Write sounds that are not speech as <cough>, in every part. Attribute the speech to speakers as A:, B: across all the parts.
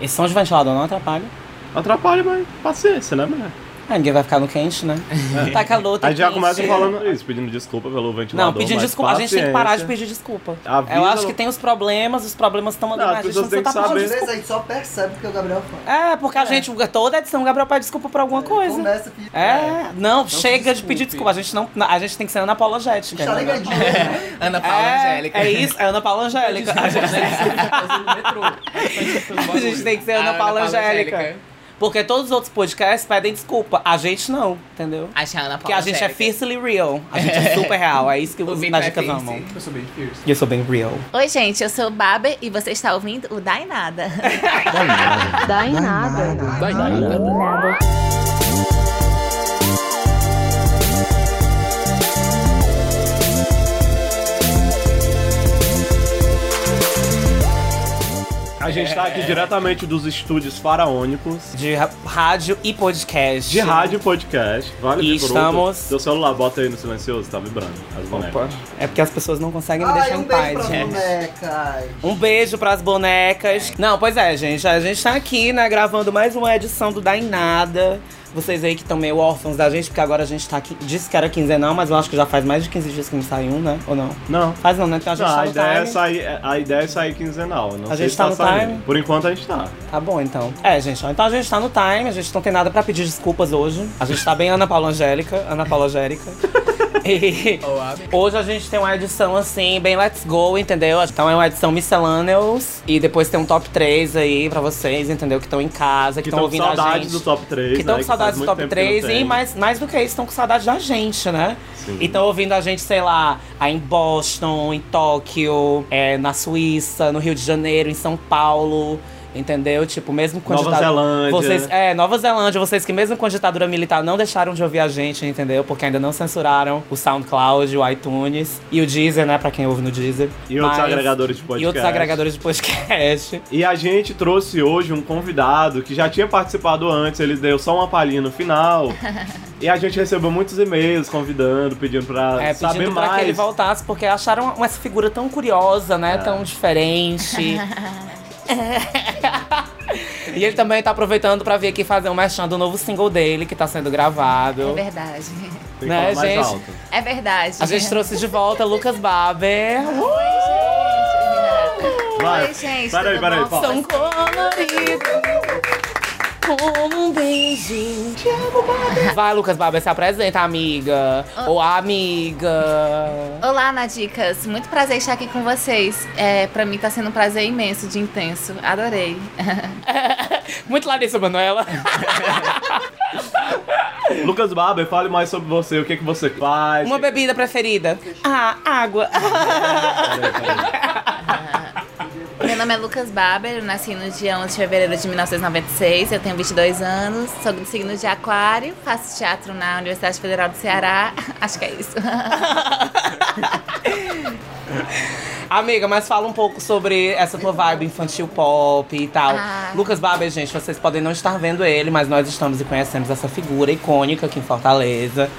A: Esse som de ventilador não atrapalha.
B: Atrapalha, mas paciência, né, mulher?
A: Ah, ninguém vai ficar no quente, né? Tá calor, tá
B: A gente já começa
A: quente.
B: falando isso, pedindo desculpa pelo
A: Não,
B: ventilador.
A: pedindo
B: mas
A: desculpa. A gente tem que parar de
B: paciência.
A: pedir desculpa.
B: Avisa
A: Eu acho que
B: no-
A: tem os problemas, os problemas estão ali,
B: Não,
A: mas a
B: as
A: gente
B: pessoas
A: não
B: têm
A: tá
B: que
A: pedindo
C: Às
B: saber.
A: desculpa.
C: vezes a gente só percebe porque o Gabriel fala.
A: É, porque a gente, toda edição, o Gabriel pede desculpa por alguma coisa.
C: Começa a pedir.
A: É, não, chega de
D: desculpe.
A: pedir desculpa. A gente, não, a gente tem que ser anapologética.
C: Está
A: né?
C: ligadinho. né?
D: Ana Paula
A: É,
D: Angélica.
A: é isso, é Ana Paula Angélica. A gente, <laughs>
D: A
A: a gente tem que ser Ana Paula Angélica. Porque todos os outros podcasts pedem desculpa. A gente não, entendeu?
D: Achar Ana Paula
A: Porque a gente é
D: Angélica.
A: fiercely real. A gente é super real. É isso
C: <laughs>
A: que
D: O
A: os
D: Big
A: nas
D: Bang
A: dicas
D: Theory.
A: amam.
E: Eu sou bem fierce.
A: E eu sou bem real.
F: Oi, gente, eu sou o Baber e você está ouvindo o Dai Nada.
G: Dá em nada.
E: Dá em nada.
B: A gente tá
A: É.
B: aqui diretamente dos estúdios faraônicos.
A: De ra- rádio e podcast.
B: De rádio e podcast, vale
A: E
B: vibroso.
A: estamos-
B: Seu celular, bota aí no silencioso, tá vibrando. As bonecas.
A: É porque as pessoas não conseguem me
C: Ai,
A: deixar em
C: um
A: paz,
C: beijo pra
A: gente.
C: bonecas.
A: Um beijo pras bonecas. Não, pois é, gente. A gente tá aqui, né, gravando mais uma edição do Dá em Nada. Vocês aí que estão meio órfãos da gente, porque agora a gente tá aqui. Disse que era quinzenal, mas eu acho que já faz mais de 15 dias que não sai um, né? Ou não?
B: Não.
A: Faz não, né? Então a gente
B: Não,
A: tá
B: a,
A: no
B: ideia é
A: time.
B: sair, a ideia é sair quinzenal. Não
A: A
B: sei
A: gente
B: se
A: tá no
B: saindo.
A: time?
B: Por enquanto a gente tá.
A: Tá bom, então. É, gente, ó, então a gente tá no time, a gente não tem nada pra pedir desculpas hoje. A gente tá bem Ana Paula Angélica, Ana Paula
B: <laughs>
A: Angélica. E
D: Ou abre.
A: hoje a gente tem uma edição assim, bem let's go, entendeu? Então é uma edição miscellaneous. E depois tem um top 3 aí pra vocês, entendeu? Que estão em casa, que
B: Que
A: estão
B: estão
A: ouvindo
B: com
A: a
B: saudade
A: gente.
B: do top 3.
A: que estão
B: né,
A: com saudade
B: faz
A: do
B: muito
A: top
B: tempo que não
A: 3 e
B: tem.
A: mais, mais do que isso, estão com saudade da gente, né?
B: Sim.
A: E estão ouvindo a gente, sei lá, aí em Boston, em Tóquio, é, na Suíça, no Rio de Janeiro, em São Paulo. Entendeu? Tipo, mesmo com a
B: Nova
A: ditadura-
B: Zelândia.
A: Vocês, é, Nova Zelândia, vocês que mesmo com a ditadura militar não deixaram de ouvir a gente, entendeu? Porque ainda não censuraram o SoundCloud, o iTunes e o Deezer, né? Pra quem ouve no Deezer.
B: E outros
A: Mas-
B: agregadores de
A: E outros
B: podcast.
A: agregadores de podcast.
B: E a gente trouxe hoje um convidado que já tinha participado antes, ele deu só uma palhinha no
F: <laughs>
B: final. e a gente recebeu muitos e-mails convidando, pedindo pra
A: É,
B: saber
A: pedindo pra
B: mais. É.
A: que ele voltasse, porque acharam uma- essa figura tão curiosa, né? Tão <laughs> diferente. e ele também tá aproveitando pra vir aqui fazer um merchan do novo single dele, que tá sendo
F: <laughs> É
A: gravado.
F: verdade.
B: Tem que
A: né,
B: falar mais
A: gente?
B: alto.
F: É verdade.
A: A gente trouxe de volta Lucas Baber.
F: Oi, gente.
B: Vai.
F: Oi, gente.
B: Peraí,
F: tudo
B: peraí,
F: bom?
B: fala.
A: São coloridos. Como um beijinho. Te amo, Baber. Ah. Vai, Lucas Baber, se apresenta, amiga. Ou <laughs> amiga.
F: Olá, Nadicas. Muito prazer estar aqui com vocês. É, pra mim tá sendo um prazer imenso, de intenso. Adorei. <laughs>
A: Muito Larissa Manoela. <laughs>
B: Lucas Barber, fale mais sobre você, o que, que você faz.
A: Uma bebida preferida? Ah, água.
F: Meu nome é Lucas Baber, eu nasci no dia 11 de fevereiro de 1996, eu tenho 22 anos, sou do signo de aquário, faço teatro na Universidade Federal do Ceará, <laughs> acho que é isso.
A: <laughs> Amiga, mas fala um pouco sobre essa tua vibe infantil pop e tal.
F: Ah.
A: Lucas Baber, gente, vocês podem não estar vendo ele, mas nós estamos e conhecemos essa figura icônica aqui em <laughs> Fortaleza.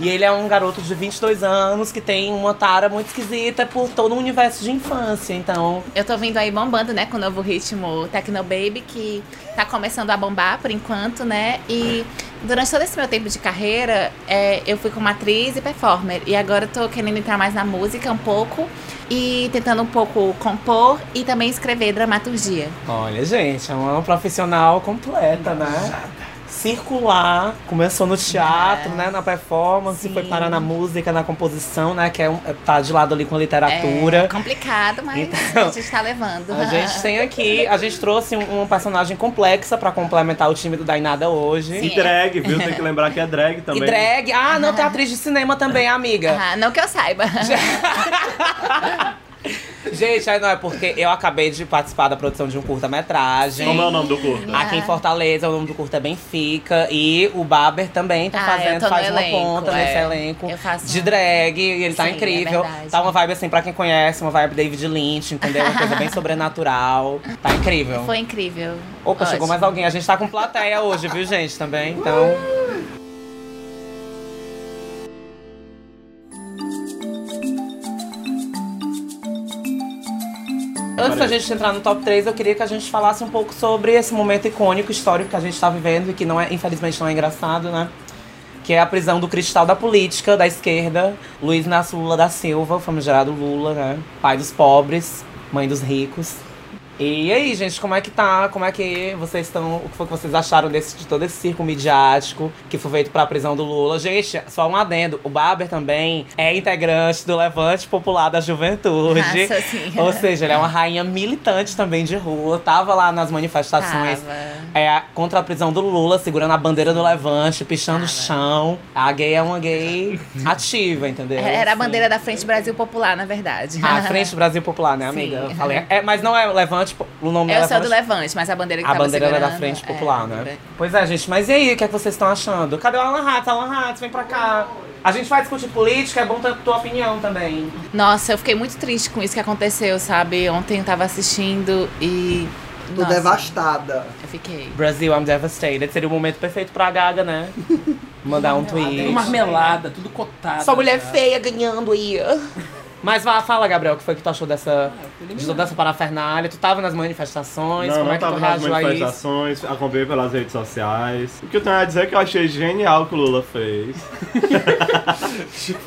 A: e ele é um garoto de 22 anos que tem uma tara muito esquisita por todo o universo de infância. Então,
F: Eu tô vindo aí bombando, né, com o novo ritmo Techno Baby, que tá começando a bombar por enquanto, né? E durante todo esse meu tempo de carreira, é, eu fui como atriz e performer. E agora eu tô querendo entrar mais na música um pouco e tentando um pouco compor e também escrever dramaturgia.
A: olha, gente, é uma profissional completa, né? Circular, começou no teatro, né? Na performance,
F: Sim.
A: foi parar na música, na composição, né? Que é um, tá de lado ali com literatura.
F: É complicado, mas
A: Então,
F: a gente tá levando.
A: A gente tem aqui, a gente trouxe um- uma personagem complexa pra complementar o time do Dainada hoje.
B: E drag, viu? Tem que lembrar que é drag
A: E
B: também.
A: drag. Ah, não, tem atriz de cinema também, amiga.
F: <laughs> Ah, não que eu saiba.
A: <laughs> Gente, aí não é porque eu acabei de participar da produção de um curta-metragem.
B: Como é o nome do curto?
A: Aqui em Fortaleza, o nome do curta é Benfica. E o Baber também tá
F: Ah, eu
A: fazendo,
F: tô no
A: faz uma
F: elenco,
A: ponta nesse
F: é.
A: elenco
F: Eu faço
A: de
F: um-
A: drag. E ele tá
F: Sim, é
A: incrível.
F: verdade.
A: tá uma vibe assim, pra quem conhece, uma vibe David Lynch, entendeu? Uma
F: <laughs>
A: coisa bem sobrenatural. Tá incrível.
F: Foi incrível.
A: Opa, chegou
F: Ótimo.
A: mais alguém. A gente tá com plateia hoje, viu, gente, também. Então.
F: Eu
A: Antes da
B: parece.
A: gente entrar no top 3, eu queria que a gente falasse um pouco sobre esse momento icônico, histórico que a gente tá vivendo e que não é, infelizmente não é engraçado, né? Que é a prisão do cristal da política, da esquerda, Luiz Inácio Lula da Silva, o famigerado Lula, né? Pai dos pobres, mãe dos ricos. E aí, gente, como é que tá? Como é que vocês estão? O que foi que vocês acharam desse, de todo esse circo midiático que foi feito pra prisão do Lula? Gente, só um adendo. O Barber também é integrante do Levante Popular da Juventude.
F: Nossa, assim.
A: Ou seja, ele é uma rainha militante também de rua. Tava lá nas manifestações
F: Tava.
A: é, contra a prisão do Lula, segurando a bandeira do Levante, pichando o chão. A gay é uma gay ativa, entendeu?
F: É, Era a
A: Assim.
F: bandeira da Frente Brasil Popular, na verdade.
A: Ah,
F: <laughs>
A: Frente Brasil Popular, né, amiga?
F: Sim.
A: Eu falei. É, mas não é Levante, o nome
F: É
A: é
F: o céu do
A: Levante.
F: Levante, mas a bandeira que
A: A
F: tava
A: bandeira era da
F: segurando,
A: Frente
F: é,
A: Popular,
F: a
A: né?
F: bandeira.
A: Pois é, gente. Mas e aí, o que, é que vocês estão achando? Cadê o Alan Hatz? Alan Hatz, vem pra cá. A gente vai discutir política, é bom ter tua opinião também.
F: Nossa, eu fiquei muito triste com isso que aconteceu, sabe? Ontem eu tava assistindo e.
C: Tô
F: nossa,
C: devastada.
F: Eu fiquei.
A: Brasil, I'm devastated. Seria o momento perfeito pra Gaga, né? Mandar um tweet.
D: Tudo marmelada, tudo cotado.
A: Só
F: né?
A: mulher
D: já.
A: feia ganhando aí. Mas vá, fala, Gabriel, o que foi que tu achou
F: Ah,
A: dessa, de toda essa parafernália? Tu tava nas manifestações,
B: Não,
A: como
B: não
A: é que
B: tava
A: tu
B: nas
A: reagiu a isso?
B: manifestações, acompanhei pelas redes sociais. O que eu tenho a dizer é que eu achei genial o que o Lula fez.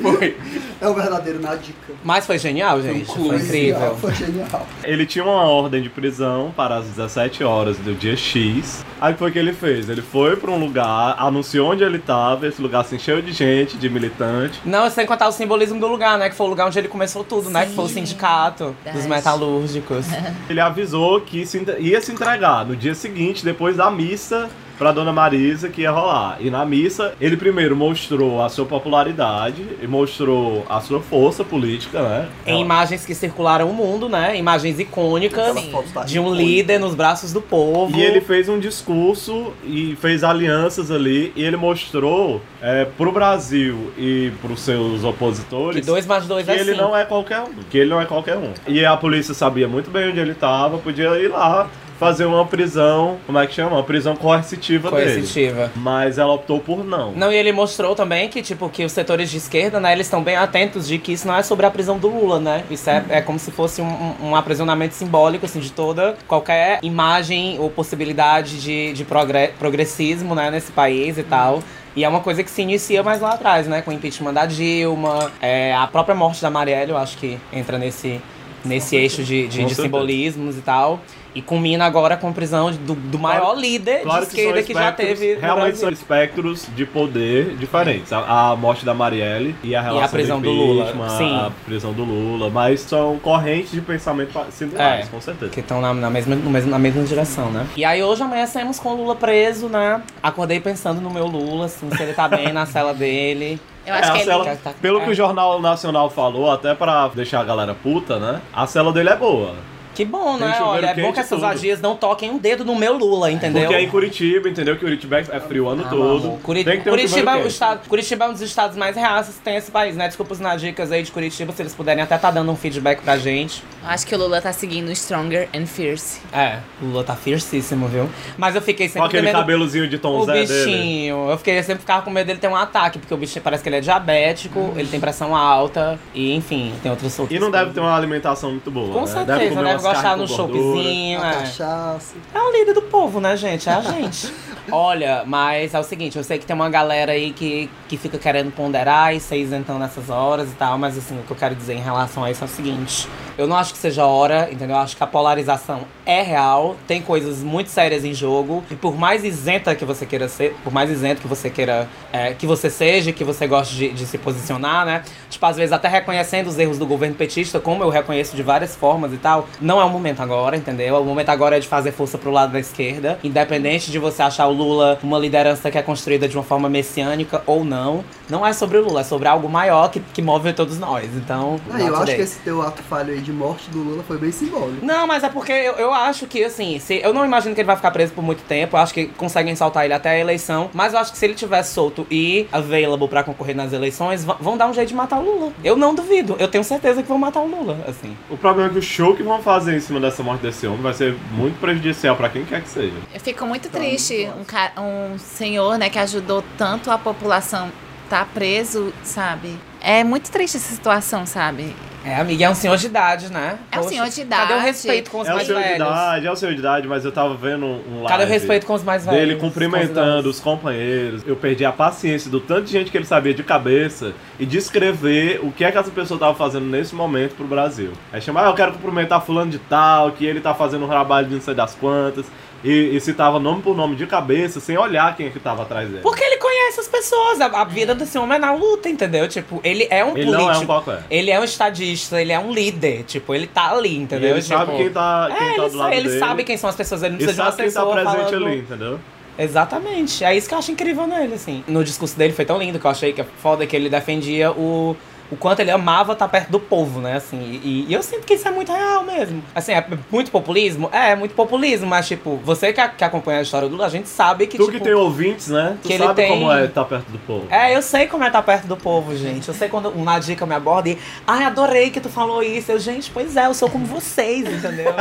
D: Foi.
C: É o verdadeiro na dica.
A: Mas foi genial,
B: um
A: gente. Foi incrível.
C: Foi genial.
B: Ele tinha uma ordem de prisão para as 17 horas do dia X. Aí foi o que ele fez. Ele foi pra um lugar, anunciou onde ele tava, esse lugar se encheu de gente, de militante.
A: Não, sem contar o simbolismo do lugar, né? Que foi o lugar onde ele começou tudo, né? Que foi o sindicato dos
F: Verdade. <laughs>
A: metalúrgicos.
B: Ele avisou que se entre- ia se entregar no dia seguinte, depois da missa, pra Dona Marisa, que ia rolar. E na missa, ele primeiro mostrou a sua popularidade e mostrou a sua força política, né?
A: em imagens que circularam o mundo, né? Imagens icônicas
F: Sim.
A: de um líder nos braços do povo.
B: E ele fez um discurso e fez alianças ali, e ele mostrou é, pro Brasil e pros seus
A: que
B: opositores.
A: dois mais dois
B: Que
A: é
B: ele
A: cinco.
B: não é qualquer um. Que ele não é qualquer um. E a polícia sabia muito bem onde ele tava, podia ir lá fazer uma prisão. Como é que chama? Uma prisão coercitiva é dele.
A: coercitiva.
B: Mas ela optou por não.
A: Não, e ele mostrou também que, tipo, que os setores de esquerda, né, eles estão bem atentos de que isso não é sobre a prisão do Lula, né? Isso é, é como se fosse um- um, um aprisionamento simbólico, assim, de toda, qualquer imagem ou possibilidade de, de progre- progressismo, né, nesse país e tal. E é uma coisa que se inicia mais lá atrás, né? Com o impeachment da Dilma, é, a própria morte da Marielle, eu acho que entra nesse, nesse eixo de, de,
B: Com
A: de
B: certeza.
A: simbolismos e tal. E culmina agora com a prisão do, do maior líder É de esquerda que já
B: espectros-
A: teve. no
B: Realmente
A: Brasil.
B: são espectros de poder diferentes. A, a morte da Marielle e a relação
A: prisão
B: do
A: do Lula,
B: impeachment,
A: sim.
B: A prisão do Lula. Mas são correntes de pensamento pa- similares,
A: É.
B: com certeza.
A: Que estão na, na, mesma, no mesmo- na mesma direção, né? E aí hoje amanhecemos com o Lula preso, né? Acordei pensando no meu Lula, assim, se ele tá bem na cela dele.
F: Eu acho
B: É,
F: que
B: a
F: ele.
B: cela-
A: Tá- tá-
B: pelo
A: é.
B: que o Jornal Nacional falou, até pra deixar a galera puta, né? A cela dele é boa.
A: Que bom,
B: Tem
A: né?
B: chuveiro
A: Olha, é
B: quente
A: bom
B: e
A: que essas
B: tudo.
A: vadias não toquem um dedo no meu Lula, entendeu?
B: Porque é em Curitiba, entendeu? Que Curitiba é frio o ano
A: Ah,
B: todo.
A: maluco. Curi-
B: Tem que ter um
A: Curitiba, é
B: chuveiro
A: o
B: quente.
A: estado, Curitiba é um dos estados mais reaços que tem esse país, né? Desculpa os nadicas aí de Curitiba, se eles puderem até tá dando um feedback pra gente.
F: Eu acho que o Lula tá seguindo Stronger and Fierce.
A: É, o Lula tá fiercíssimo, viu? Mas eu fiquei
B: Com
A: sempre
B: aquele
A: temendo
B: cabelozinho de Tom
A: O
B: Zé dele.
A: bichinho. Eu fiquei, eu sempre ficava com medo dele ter um ataque, porque o bichinho parece que ele é diabético, ele tem pressão alta, e enfim, tem outros
B: E não deve ter uma alimentação muito boa.
A: Com
B: né?
A: certeza,
B: deve,
A: deve,
B: comer umas
A: gostar
B: carnes
A: no
B: com gordura.
A: showzinho.
C: A
A: É.
C: cachaça.
A: é o líder do povo, né, gente? É a gente. <laughs> Olha, mas é o seguinte, eu sei que tem uma galera aí que, que fica querendo ponderar e ser isentão nessas horas e tal, mas assim, o que eu quero dizer em relação a isso é o seguinte. Eu não acho que seja hora, entendeu? Eu acho que a polarização é real, tem coisas muito sérias em jogo. E por mais isenta que você queira ser, por mais isento que você queira é, que você seja, que você goste de, de se posicionar, né? Tipo, às vezes até reconhecendo os erros do governo petista, como eu reconheço de várias formas e tal, não é o momento agora, entendeu? O momento agora é de fazer força pro lado da esquerda, independente de você achar o Lula uma liderança que é construída de uma forma messiânica ou não. Não é sobre o Lula, é sobre algo maior que, que move todos nós. Então,
C: Não, eu
A: not
C: acho
A: today.
C: que esse teu ato falho aí de morte do Lula foi bem simbólico.
A: Não, mas é porque eu, eu acho que, assim, se, eu não imagino que ele vai ficar preso por muito tempo. Eu acho que conseguem soltar ele até a eleição. Mas eu acho que se ele tivesse solto e available pra concorrer nas eleições, va- vão dar um jeito de matar o Lula. Eu não duvido. Eu tenho certeza que vão matar o Lula, assim.
B: O problema é que o show que vão fazer em cima dessa morte desse homem vai ser muito prejudicial pra quem quer que seja.
F: Eu fico muito triste. Um, ca- um senhor, né, que ajudou tanto a população tá preso, sabe? É muito triste essa situação, sabe?
A: É, amiga, é um senhor de idade, né?
F: É um
A: Poxa,
F: senhor de
A: Cadê o
F: idade.
A: respeito com os
B: É o
A: mais
B: senhor de
A: velhos?
B: idade, é o senhor de idade, mas eu tava vendo um live.
A: Cadê o respeito com os mais velhos?
B: Dele cumprimentando os companheiros. Eu perdi a paciência do tanto de gente que ele sabia de cabeça e descrever o que é que essa pessoa tava fazendo nesse momento pro Brasil. Aí chamar, ah, eu quero cumprimentar fulano de tal, que ele tá fazendo um trabalho de não sei das quantas. E, e citava nome por nome de cabeça, sem olhar quem é que tava atrás dele.
A: Porque ele conhece as pessoas. A, a vida desse homem é na luta, entendeu? Tipo, ele é um
B: Ele
A: político.
B: não é um qualquer.
A: Ele é um estadista, ele é um líder. Tipo, ele tá ali, entendeu?
B: E ele
A: tipo,
B: sabe quem tá, quem
A: é,
B: tá
A: ele,
B: do
A: sa-
B: lado
A: ele
B: dele.
A: sabe quem são as pessoas, ele não
B: E
A: precisa de uma
B: sabe quem tá
A: pessoa
B: presente
A: falando...
B: ali, entendeu?
A: Exatamente. É isso que eu acho incrível nele, assim. No discurso dele foi tão lindo que eu achei que é foda que ele defendia o. O quanto ele amava estar perto do povo, né? Assim, e, e eu sinto que isso é muito real mesmo. Assim, é muito populismo? É, é muito populismo, mas, tipo, você que, a- que acompanha a história do Lula, a gente sabe que.
B: tu
A: tipo,
B: que tem ouvintes, né? Tu
A: que ele
B: sabe
A: tem-
B: como é estar perto do povo.
A: É, eu sei como é estar perto do povo, gente. Eu sei quando uma dica me aborda e. Ai, adorei que tu falou isso. Eu, gente, pois é, eu sou como vocês,
F: <laughs>
A: entendeu?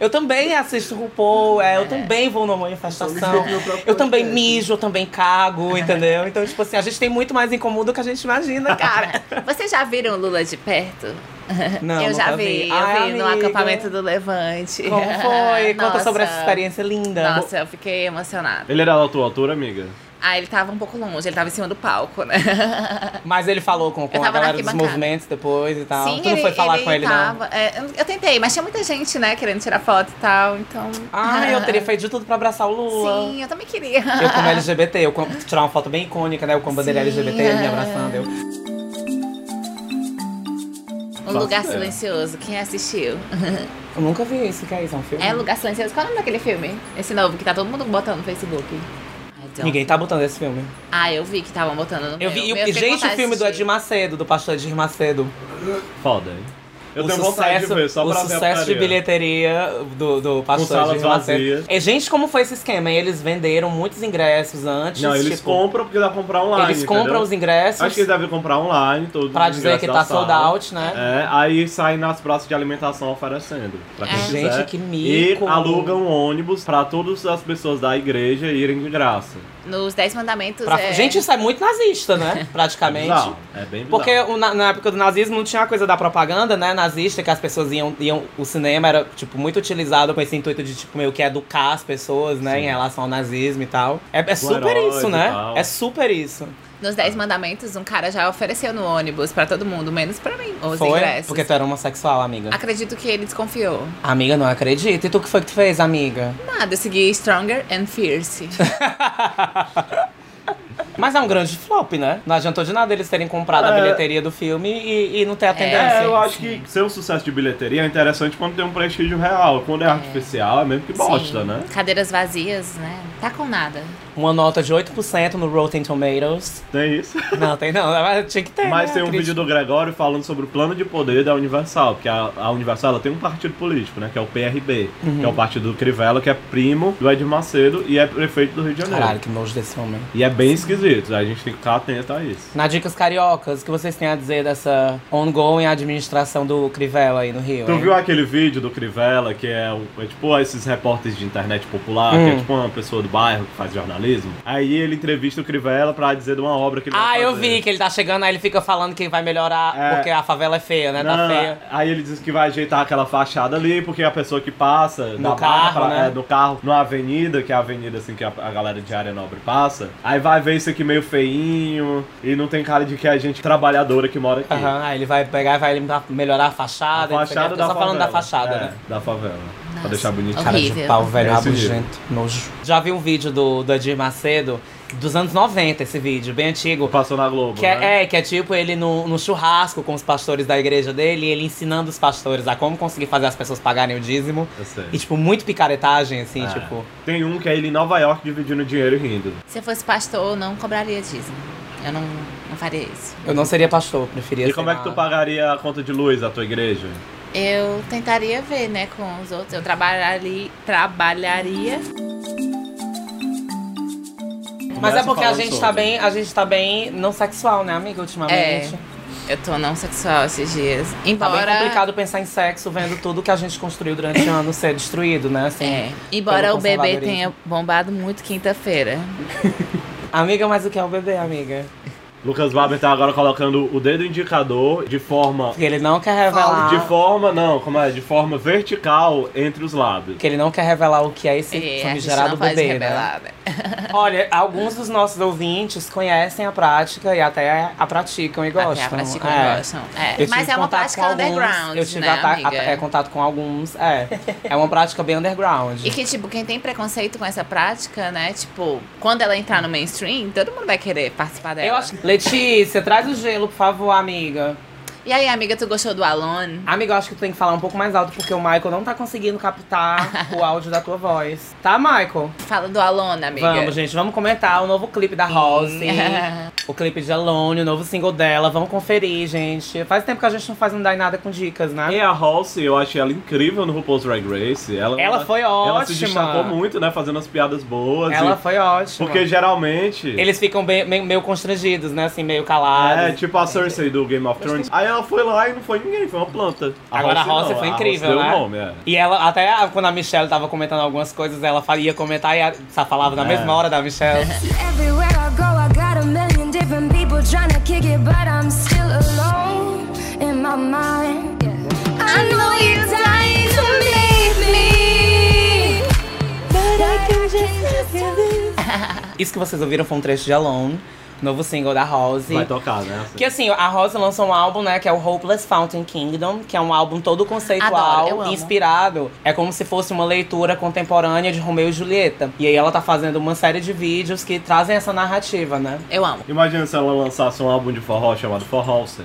A: eu também assisto o RuPaul, é, eu também vou numa manifestação. Eu também mijo, eu também cago, entendeu? Então, tipo assim, a gente tem muito mais em comum do que a gente
F: <laughs>
A: imagina, cara.
F: Vocês já viram o Lula de perto?
A: Não,
F: eu já
A: nunca
F: vi, eu
A: Ai,
F: vi no
A: amiga,
F: acampamento do Levante.
A: Como
F: <laughs>
A: foi? Conta
F: É. Nossa.
A: sobre essa experiência linda.
F: Nossa, eu fiquei emocionada.
B: Ele era da tua altura, amiga?
F: Ah, ele tava um pouco longe, ele tava em cima do palco, né?
A: Mas ele falou com, com a
F: tava na
A: galera dos
F: arquibancada.
A: movimentos depois e tal. Tá, tu não foi falar com ele, não?
F: tava, é, eu- eu tentei, mas tinha muita gente, né, querendo tirar foto e tal, então...
A: Ai, Ah, eu
F: <laughs>
A: teria feito de tudo pra abraçar o Lula.
F: Sim, eu também queria.
A: Eu
F: <laughs>
A: como LGBT, eu com- tirar uma foto bem icônica, né? Eu com a bandeira
F: Sim,
A: LGBT ele me
F: é.
A: abraçando. Eu...
F: Um
B: Nossa,
F: Lugar
B: é.
F: Silencioso, quem assistiu?
A: eu nunca vi isso, que é isso? É um filme?
F: É Lugar Silencioso, qual é o nome daquele filme? Esse novo, que tá todo mundo botando no Facebook. I don't-
A: Ninguém tá botando esse filme.
F: Ah, eu vi que estavam botando no
A: Eu vi,
F: meu.
A: e o-
F: Meu, fiquei com
A: gente, o
F: vontade
A: filme
F: de
A: do
F: assistir.
A: Edir Macedo, do pastor Edir Macedo.
B: Foda, hein? Eu
A: o
B: tenho
A: sucesso,
B: vontade de ver, só
A: O
B: pra ver a
A: sucesso de
B: putaria.
A: bilheteria do, do pastor
B: salas
A: Edir Macedo.
B: vazias.
A: E, gente, como foi esse esquema? Eles venderam muitos ingressos antes.
B: Não, eles
A: tipo,
B: compram porque dá pra comprar online.
A: Eles compram os
B: entendeu?
A: ingressos
B: Acho que eles devem comprar online. Todos
A: pra
B: os
A: dizer
B: ingressos
A: que
B: da
A: tá
B: sala.
A: sold out, né?
B: É, aí saem nas praças de alimentação oferecendo. Pra quem
F: É.
B: quiser.
A: Gente, que
B: E
A: mico.
B: alugam um ônibus pra todas as pessoas da igreja irem de graça. É
F: Nos Dez Mandamentos
A: Pra-
F: é...
A: Gente, isso é muito nazista, <laughs> né? Praticamente.
B: Bizarro, É bem bizarro.
A: Porque o na, na época do nazismo não tinha a coisa da propaganda, né? Nazista, que as pessoas iam, iam. O cinema era, tipo, muito utilizado com esse intuito de, tipo, meio que educar as pessoas, né?
B: Sim.
A: Em relação ao nazismo e tal. É, é super
B: herói
A: isso,
B: e
A: né?
B: tal.
A: É super isso.
F: Nos Dez Mandamentos, um cara já ofereceu no ônibus pra todo mundo, menos pra mim, os
A: foi?
F: ingressos.
A: Porque tu era homossexual, amiga.
F: Acredito que ele desconfiou.
A: Amiga, não acredito. E tu que foi que tu fez, amiga?
F: Nada, eu segui Stronger and
A: <laughs>
F: Fierce.
A: Mas é um grande flop, né? Não adiantou de nada eles terem comprado a
B: É.
A: bilheteria do filme e, e não ter a tendência.
B: É, eu acho que ser um sucesso de bilheteria é interessante quando tem um prestígio real. Quando é, artificial, é mesmo que bosta,
F: Sim.
B: né?
F: Cadeiras vazias, né? Tá com nada.
A: Uma nota de 8% no Rotten Tomatoes.
B: Tem isso.
A: Não, tem não. Mas tinha que ter.
B: Mas
A: né?
B: tem um
A: Crítica.
B: vídeo do Gregório falando sobre o plano de poder da Universal, porque a, a Universal ela tem um partido político, né? Que é o PRB, que é o partido do Crivella, que é primo do Edir Macedo e é prefeito do Rio de Janeiro.
A: Caralho, que nojo desse homem.
B: E é bem esquisito, a gente tem que ficar atento a isso.
A: Na Dicas Cariocas, o que vocês têm a dizer dessa ongoing administração do Crivella aí no Rio?
B: Tu
A: hein?
B: viu aquele vídeo do Crivella, que é, o- é tipo esses repórteres de internet popular, que é tipo uma pessoa do bairro que faz jornalismo? Aí ele entrevista o Crivella pra dizer de uma obra que ele
A: Ah,
B: vai
A: eu
B: fazer.
A: vi que ele tá chegando, aí ele fica falando que vai melhorar
B: É.
A: porque a favela é feia, né? tá
B: Não,
A: feia.
B: Aí ele diz que vai ajeitar aquela fachada ali, porque a pessoa que passa
A: No
B: da
A: carro,
B: barra pra-
A: né?
B: é, no carro, numa avenida, que é a avenida assim que a, a galera de área nobre passa, aí vai ver isso aqui meio feinho e não tem cara de que é a gente trabalhadadora que mora aqui.
A: Aham, Ah, aí ele vai pegar e vai limpar- melhorar a
B: é A
A: fachada. não sei o
B: fachada
A: quê.
B: da
A: né? só
B: favela.
A: falando da fachada,
B: É,
A: né?
B: Da favela.
F: Nossa.
B: Pra deixar bonitinho.
A: Cara de
F: Horrível.
A: pau, velho,
B: É esse nível.
A: rabugento, nojo. Já vi um vídeo do, do Edir Macedo, dos anos 90, esse vídeo, bem antigo.
B: Passou na Globo,
A: Que
B: né?
A: é, é, que é tipo ele no, no churrasco com os pastores da igreja dele, e ele ensinando os pastores a como conseguir fazer as pessoas pagarem o dízimo.
B: Eu sei.
A: E, tipo, muito picaretagem, assim,
B: É.
A: tipo.
B: Tem um que é ele em Nova York dividindo dinheiro e rindo.
F: Se eu fosse pastor, eu não cobraria dízimo. Eu não, não faria isso.
A: Eu não seria pastor, eu preferia
B: E
A: ser
B: como é que tu
A: uma-
B: pagaria a conta de luz da tua igreja?
F: Eu tentaria ver, né, com os outros. Eu trabalharia. trabalharia.
A: Mas
B: Começa
A: é porque a
B: falando
A: gente,
B: sobre.
A: tá bem, a gente tá bem não sexual, né, amiga, ultimamente.
F: É, Eu tô não sexual esses dias.
A: Tá bem
F: Embora.
A: complicado pensar em sexo vendo tudo que a gente construiu durante o ano ser destruído, né? Assim.
F: É. Embora o bebê
A: conservadorismo.
F: tenha bombado muito quinta-feira.
A: Amiga, mas o que é o bebê, amiga?
B: Lucas Barber tá agora colocando o dedo indicador de forma.
A: Porque ele não quer revelar.
B: De forma, não, como é? De forma vertical entre os lábios.
A: Porque ele não quer revelar o que é esse
F: É, a gente
A: famigerado
F: não pode
A: bebê, né? <laughs>
F: revelar, né?
A: Olha, alguns dos nossos ouvintes conhecem a prática e até a praticam e gostam.
F: Até a prática
A: É.
F: gostam. É,
A: Eu
F: Mas
A: tive
F: é uma
A: contato
F: prática
A: com alguns,
F: underground,
A: Eu tive
F: né,
A: ata-
F: amiga?
A: ata- é, contato com alguns.
F: <laughs>
A: É. É uma prática bem underground.
F: E que, tipo, quem tem preconceito com essa prática, né? Tipo, quando ela entrar no mainstream, todo mundo vai querer participar dela.
A: Eu acho que. Letícia, traz o gelo, por favor, amiga.
F: E aí, amiga, tu gostou do Alone?
A: Amiga, eu acho que tu tem que falar um pouco mais alto, porque o Michael não tá conseguindo captar
F: <laughs>
A: o áudio da tua voz. Tá, Michael?
F: Fala do Alone, amiga.
A: Vamos, gente, vamos comentar o novo clipe da Rose.
F: Sim.
A: o clipe de Alone, o novo single dela. Vamos conferir, gente. Faz tempo que a gente não faz um dá em nada com dicas, né?
B: E a Halsey, eu achei ela incrível no RuPaul's Drag Race. Ela,
A: Ela foi
B: Ela se
A: ótima.
B: destacou muito, né? Fazendo as piadas boas.
A: Ela
B: e-
A: foi ótima.
B: Porque geralmente.
A: Eles ficam bem- meio, meio constrangidos, né? Assim, meio calados.
B: É, tipo a Cersei do Game of Thrones. Aí ela foi lá e não foi ninguém, foi uma planta.
A: Agora a Halsey
B: não,
A: foi incrível,
B: deu
A: né?
B: o nome, é.
A: E ela, até a- quando a Michelle tava comentando algumas coisas, ela fa- ia comentar e a- só falava na
B: É.
A: mesma hora da Michelle. <laughs>
E: Everywhere I go, I got a million different people trying to kick it, but I'm still alone in my mind. I know you're dying to leave me, but I can just feel this.
A: Isso que vocês ouviram foi um trecho de Alone, novo single da Rose.
B: Vai tocar, né? assim.
A: Que assim, a Rose lançou um álbum, né, que é o Hopeless Fountain Kingdom, que é um álbum todo conceitual,
F: Adoro, eu amo.
A: inspirado. É como se fosse uma leitura contemporânea de Romeu e Julieta. E aí ela tá fazendo uma série de vídeos que trazem essa narrativa, né?
F: <laughs> Eu amo.
B: Imagina se ela lançasse um álbum de forró chamado Forró Halsey.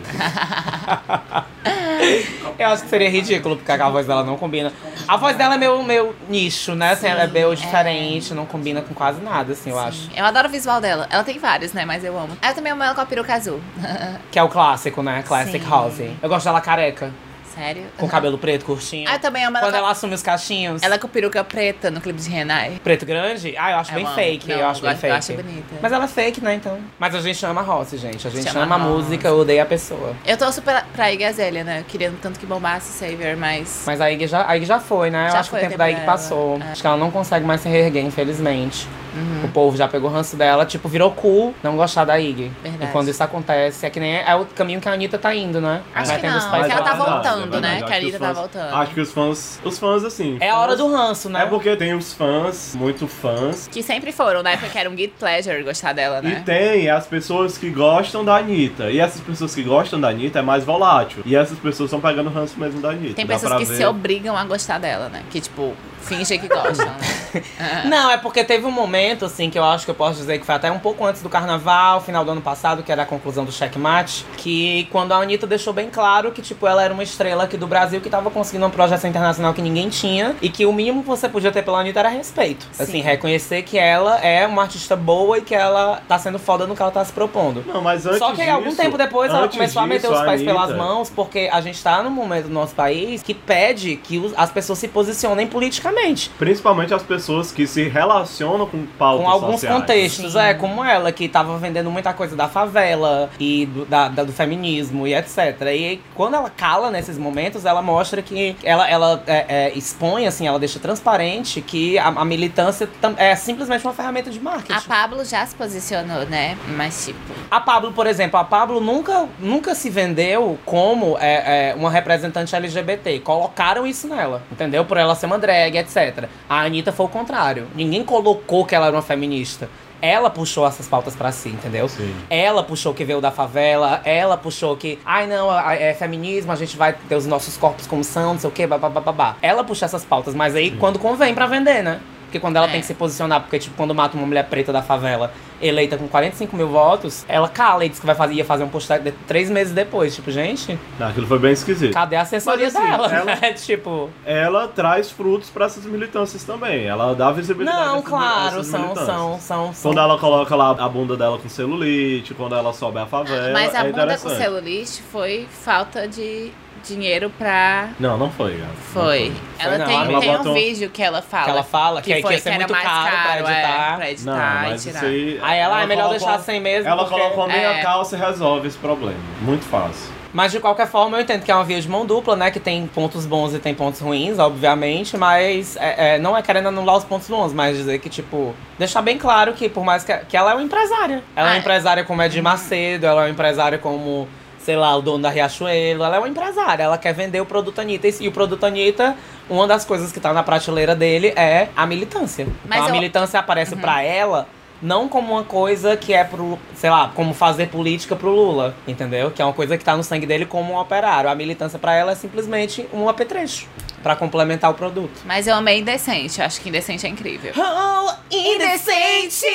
A: Eu acho que seria ridículo, porque a voz dela não combina. A voz dela é meu, meu nicho, né? Assim, ela é meio diferente, não combina com quase nada, assim, eu acho.
F: Eu adoro o visual dela. Ela tem vários, né? Mas eu amo. Eu também amo ela com a peruca azul. <laughs>
A: Que é o clássico, né? Classic
F: Sim.
A: House. Eu gosto dela careca,
F: Sério?
A: com cabelo preto, curtinho.
F: Ah, eu também amo ela.
A: Quando
F: com-
A: ela assume os cachinhos.
F: Ela com peruca preta no clipe de Renai.
A: Preto grande? Ah, eu acho
F: Eu
A: bem
F: amo.
A: fake.
F: Não,
A: eu acho
F: eu
A: bem
F: acho-
A: fake.
F: eu acho bonita.
A: Mas ela é fake, né, então? Mas a gente ama a Rossi, gente. A gente
F: Chama
A: ama a
F: a Rossi.
A: música, odeia a pessoa.
F: Eu tô super pra Iggy Azalea, né? Eu queria tanto que bombasse Savior, mas...
A: Mas a Ig já, a Iggy já foi, né? eu
F: Já
A: acho que o
F: foi o
A: tempo
F: tempo
A: da Ig
F: dela.
A: passou.
F: É.
A: Acho que ela não consegue mais se reerguer, infelizmente.
F: Uhum.
A: O povo já pegou ranço dela, tipo, virou cool não gostar da Ig.
F: Verdade.
A: E quando isso acontece, é que nem é o caminho que a Anitta tá indo, né?
F: Acho
A: Vai
F: que
A: tendo os
F: não,
A: pés
F: que ela
B: é
F: tá
A: dela.
B: verdade,
F: voltando,
B: é
F: né?
B: verdade.
F: Que
B: Acho
F: a
B: os
F: Anitta tá
B: fãs-
F: voltando.
B: Acho que os fãs. Os fãs, assim.
A: É a hora
B: fãs-
A: do ranço, né?
B: É porque tem os fãs, muito fãs.
F: Que sempre foram, né? Porque era um guilty pleasure gostar dela,
A: É.
B: E
F: né?
B: tem as pessoas que gostam da Anitta. E essas pessoas que gostam da Anitta é mais volátil. E essas pessoas estão pegando ranço mesmo da Anitta.
F: Tem
B: Dá
F: pessoas
B: pra
F: que
B: ver.
F: se obrigam a gostar dela, né? Que, tipo, fingem que gostam, né? Ah.
A: Não, é porque teve um momento, assim, que eu acho que eu posso dizer que foi até um pouco antes do carnaval, final do ano passado, que era a conclusão do checkmate, que quando a Anitta deixou bem claro que, tipo, ela era uma estrela aqui do Brasil que tava conseguindo um projeto internacional que ninguém tinha e que o mínimo que você podia ter pela Anitta era respeito.
F: Sim.
A: Assim, reconhecer que ela é uma artista boa e que ela tá sendo foda no que ela tá se propondo.
B: Não, mas antes
A: Só que
B: disso,
A: algum tempo depois ela
B: antes
A: começou a meter
B: disso,
A: os pés
B: Anitta-
A: pelas mãos, porque a gente tá num momento do nosso país que pede que os- as pessoas se posicionem politicamente.
B: Principalmente as pessoas que se relacionam com pautas
A: com alguns
B: sociais.
A: contextos, é, como ela, que tava vendendo muita coisa da favela e do, da- da- do feminismo e etc. E quando ela cala nesses momentos, ela mostra que ela, ela é, é, expõe, assim, ela deixa transparente que a, a militância tam- é simplesmente uma ferramenta de marketing.
F: A Pablo já se posicionou, né? Mas, tipo,
A: A Pablo, por exemplo, a Pablo nunca, nunca se vendeu como é, é, uma representante LGBT. Colocaram isso nela, entendeu? Por ela ser uma drag, etc. A Anitta foi o contrário. Ninguém colocou que ela era uma feminista. Ela puxou essas pautas pra si, entendeu?
B: Sim.
A: Ela puxou que veio da favela, ela puxou que, ai não, a- é feminismo, a gente vai ter os nossos corpos como são, não sei o quê, babá. Ela puxa essas pautas, mas aí quando convém pra vender, né? Porque quando ela
F: É.
A: tem que se posicionar, porque tipo, quando mata uma mulher preta da favela, eleita com 45 mil votos, ela cala e diz que vai fazer, ia fazer um postagem de- três meses depois. Tipo, gente,
B: Não, Aquilo foi bem esquisito.
A: cadê a assessoria
B: Mas, assim,
A: dela? <laughs>
B: ela-
A: né? tipo,
B: Ela traz frutos pra essas militâncias também. Ela dá visibilidade a
A: não,
B: essas- a
A: claro,
B: essas
A: são,
B: militâncias.
A: são, são, são.
B: Quando ela coloca lá a bunda dela com celulite, quando ela sobe a favela,
F: mas a
B: é
F: bunda com
B: interessante.
F: celulite foi falta de dinheiro pra.
B: Não, não foi, Gabi.
F: Foi. ela
A: não,
F: tem,
A: ela
F: tem
B: botou-
F: um vídeo que ela fala.
A: Que ela fala que, que
F: foi,
A: ia ser
F: era
A: muito
F: mais
A: caro, pra
F: é,
A: editar.
F: pra
B: Não,
F: editar e
B: mas
F: tirar.
B: isso aí.
A: Aí ela, é melhor
B: colocou-
A: deixar sem mesmo.
B: Ela
A: porque-
B: colocou meia
F: É.
B: calça e resolve esse problema. Muito fácil.
A: Mas de qualquer forma, eu entendo que é uma via de mão dupla, né? Que tem pontos bons e tem pontos ruins, obviamente. Mas é- é, não é querendo anular os pontos bons, mas dizer que, tipo, deixar bem claro que, por mais que, que ela é uma empresária. Ela é
F: Ah,
A: uma
F: é.
A: empresária como Edir Macedo, ela é uma empresária como, sei lá, o dono da Riachuelo. Ela é uma empresária, ela quer vender o produto Anitta. E o produto Anitta, uma das coisas que tá na prateleira dele é a militância. então, a
F: Mas eu- Uhum.
A: militância aparece pra ela não como uma coisa que é pro, sei lá, como fazer política pro Lula, entendeu? Que é uma coisa que tá no sangue dele como um operário. A militância pra ela é simplesmente um apetrecho pra complementar o produto.
F: Mas eu amei Indecente. Eu acho que Indecente é incrível.
A: Oh, indecente!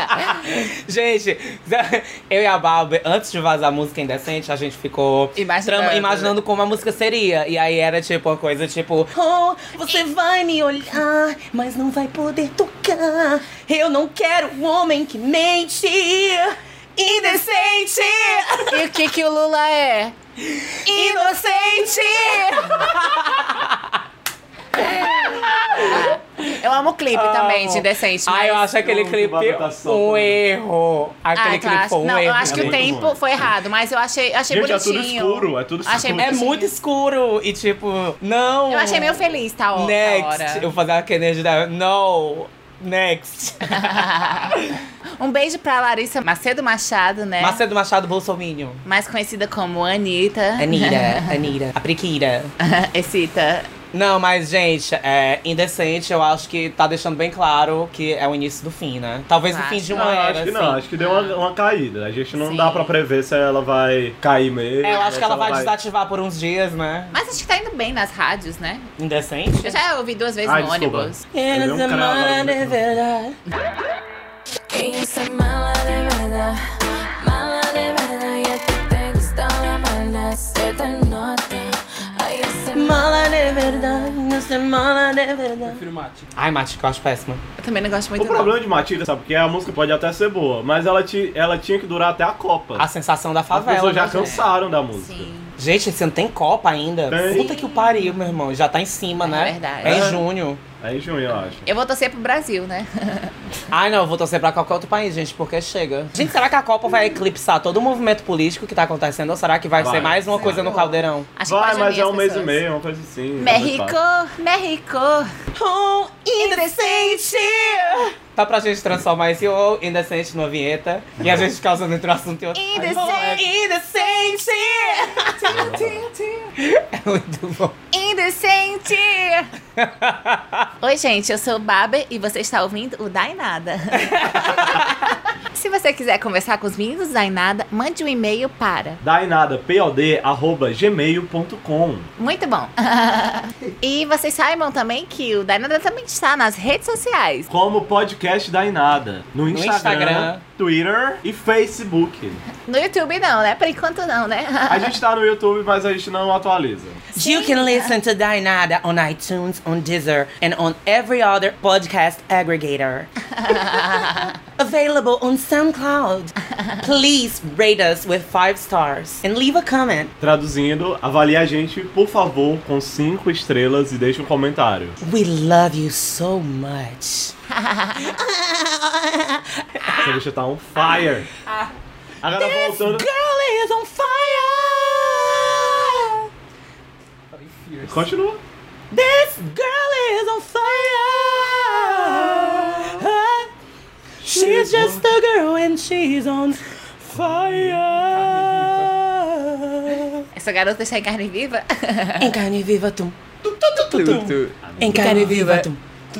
A: <laughs> gente, eu e a Balber, antes de vazar a música indecente, a gente ficou
F: Imaginando,
A: trama-
F: né?
A: imaginando como a música seria. E aí era tipo uma coisa tipo: Oh, você vai me olhar, mas não vai poder tocar. Eu não quero um homem que mente. Indecente!
F: e o que que o Lula é?
A: Inocente!
F: Eu amo o clipe também
A: Amo.
F: de Indecente.
A: Ai, eu
F: mas-
A: acho aquele
B: o
A: clipe
B: Babu tá solto,
A: um
B: né?
A: erro. Aquele
F: Ah,
A: clipe
F: claro.
A: foi um
F: Não,
A: erro.
F: eu acho que
B: É
F: o
B: muito
F: tempo
B: bom.
F: foi errado, mas eu achei, achei
B: Gente, é tudo
F: bonitinho.
B: escuro, é tudo escuro.
F: Achei
A: É
F: bonitinho.
A: muito escuro e tipo, não.
F: Eu achei meio feliz, tá? Ó,
A: Next.
F: tá
A: Né, Eu vou fazer aquela energia da. No. Next.
F: hora. <laughs> um beijo pra Larissa Macedo Machado,
B: É.
F: né?
A: Macedo Machado Bolsominion.
F: Mais conhecida como Anitta.
A: Anira, Anira, a Priquira.
F: <laughs> Excita.
A: Não, mas, gente, é indecente, eu acho que tá deixando bem claro que é o início do fim, né? Talvez o
F: Acho.
A: fim de
B: Não,
A: uma
B: eu
A: era.
B: acho que não,
A: assim.
B: acho que deu uma, uma caída. A gente não
F: Sim.
B: dá pra prever se ela vai cair mesmo.
A: É, eu acho
B: se
A: que ela vai desativar por uns dias, né?
F: Mas acho que tá indo bem nas rádios, né?
A: Indecente?
F: Eu já ouvi duas vezes
B: Ai,
F: no
B: desculpa.
F: ônibus.
B: Eu dei um cravo agora no microfone.
E: Quem usa mala de verdad, mala de verdad, y a ti te gusta la mala, se te nota. Ay, ese
A: Mala de verdade, nossa mala de verdade.
D: Prefiro mate.
A: Ai, Mati, que eu acho péssima.
F: Eu também não gosto muito
B: O
F: não.
B: problema de Matilda, sabe? Porque a música pode até ser boa, mas ela, ti, ela tinha que durar até a Copa.
A: A sensação da
B: As
A: favela.
B: pessoas já
A: né, gente?
B: cansaram da música.
F: Sim.
A: Gente, esse ano tem Copa ainda?
B: Tem.
A: Puta que o pariu, meu irmão. Já tá em cima,
F: É
A: né?
F: verdade.
A: É em
B: É.
A: junho.
B: É em junho, eu acho.
F: Eu vou torcer pro Brasil, né? <laughs>
A: Ai, não, eu vou torcer pra qualquer outro país, gente, porque chega. Gente, será que a Copa vai eclipsar todo o movimento político que tá acontecendo? Ou será que vai,
B: Vai.
A: ser mais uma coisa no caldeirão?
F: Acho que
B: vai,
F: pode
B: mas
F: unir
B: é
F: as
B: um mês e
F: pessoas.
B: meio, uma coisa assim.
F: México, México.
A: Oh, indecente! Tá pra gente transformar esse oh, indecente numa vinheta. E a gente causando entre um assunto e outro.
F: Indecente.
A: Indecente! <laughs> É muito bom.
F: Indecente!
B: <laughs>
F: Oi, gente, eu sou o Baber e você está ouvindo o Dainada.
B: <laughs>
F: Se você quiser conversar com os meninos do Dainada, mande um e-mail para.
B: Dainada, pod.gmail.com.
F: Muito bom. <laughs> e vocês saibam também que o Dainada também está nas redes sociais.
B: Como podcast Dainada. No Instagram,
A: Instagram.
B: Twitter e Facebook.
F: No YouTube não, né? Por enquanto não, né? <laughs>
B: A gente tá no YouTube, mas a gente não atualiza.
A: You can listen to Dainada on iTunes, on Deezer, and on every other podcast aggregator. Available on SoundCloud. Please rate us with five stars and leave a comment.
B: Traduzindo, avalie a gente, por favor, com cinco estrelas e deixe um comentário.
A: We love you so much.
B: Essa bicha tá on fire. Agora voltando.
A: Girl is on fire!
D: Falei fierce.
B: Continua.
A: This girl is on fire! She's just a girl and she's on fire!
F: Essa garota está em carne <laughs> viva?
A: Em carne viva, tum. Em carne viva, tum.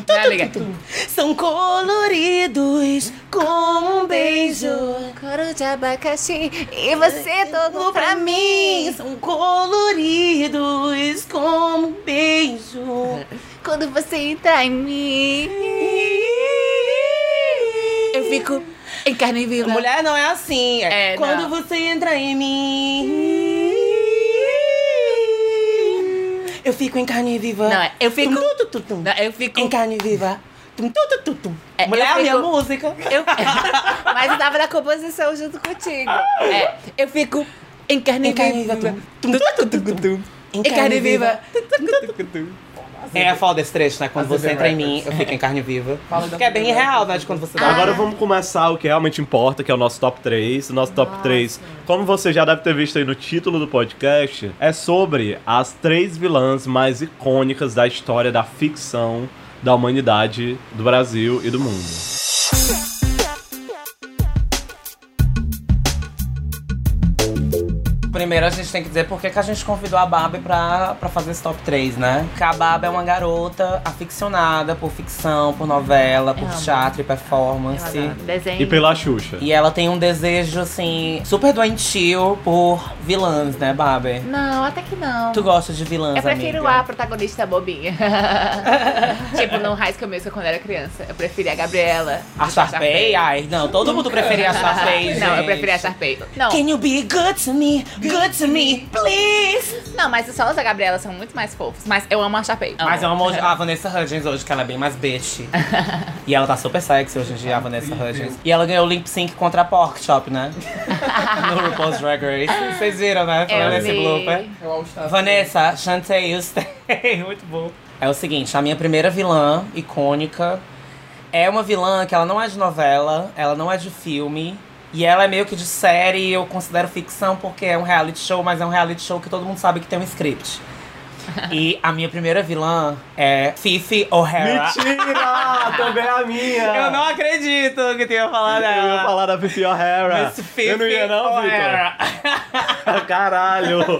F: Né, amiga?
A: São coloridos como um beijo.
F: Coro de abacaxi e você todo pra mim.
A: São coloridos como um beijo.
F: Quando você entra em mim, eu fico em carne viva.
A: Mulher não é assim. É,
F: É,
A: quando
F: não.
A: você entra em mim. Eu fico em carne viva.
F: Não, é, eu fico-
A: Tum, tum, tum, tum.
F: Não, eu fico.
A: Em carne viva. Tum, tum, tum, tum, tum.
F: É,
A: Mulher,
F: eu
A: a minha
F: <laughs> fico-
A: música.
F: eu- Mas eu tava na composição junto contigo. É, eu fico Em carne
A: Em carne
F: viva.
A: viva.
F: Tum, tum, tum, tum, tum. Em carne viva.
A: É a foda esse trecho, né? Quando
D: As
A: você
D: Living
A: entra em mim,
D: Records.
A: eu fico em carne viva.
D: <laughs> Fala da
A: Que é bem
D: primeira
A: real, né? De quando você dá.
B: Agora vamos começar o que realmente importa, que é o nosso top 3. O nosso top 3, como você já deve ter visto aí no título do podcast, é sobre as três vilãs mais icônicas da história da ficção da humanidade, do Brasil e do mundo.
A: Primeiro a gente tem que dizer por que que a gente convidou a Barbie pra, pra fazer esse top 3, né? Que a Barbie é uma garota aficionada por ficção, por novela, por
F: Eu amo.
A: teatro e performance.
F: Ela dá Desenho.
B: E pela Xuxa.
A: E ela tem um desejo, assim, super doentio por vilãs, né, Barbie?
F: Não, até que não.
A: Tu gosta de vilãs,
F: Eu prefiro
A: amiga?
F: a protagonista <laughs> bobinha. tipo, no High School Musical quando eu era criança. Eu preferia a Gabriela.
A: A Sharpay? Ai, não, todo mundo
F: <laughs>
A: preferia a Sharpay, gente.
F: Não, eu preferia a Sharpay. Não,
A: Can you be good to me? Good to me, please!
F: não, mas os solos da Gabriela são muito mais fofos. Mas eu amo a Sharpay.
A: Mas eu amo a Vanessa Hudgens hoje, que ela é bem mais
F: <laughs>
A: bitch. e ela tá super sexy hoje em dia, a Vanessa Hudgens. E ela ganhou o lip sync contra a Porkchop,
F: <laughs>
A: né? no RuPaul's Drag Race. Vocês viram, né? Falando
F: Eu
A: nesse
F: vi.
A: blooper.
D: É o All Star.
A: Vanessa, Chantei, you stay. <laughs> Muito bom. É o seguinte, a minha primeira vilã icônica é uma vilã que ela não é de novela, ela não é de filme. E ela é meio que de série, eu considero ficção porque é um reality show, mas é um reality show que todo mundo sabe que tem um
B: <laughs>
A: script. E a minha primeira vilã é Fifi O'Hara. <laughs>
B: Mentira! Também é a minha!
A: Eu não acredito que tenha falado
B: Eu ia
A: dela.
B: falar da Fifi O'Hara.
A: Mas Fifi
B: Eu não ia não, Vitor.
A: O'Hara. <laughs>
B: Caralho!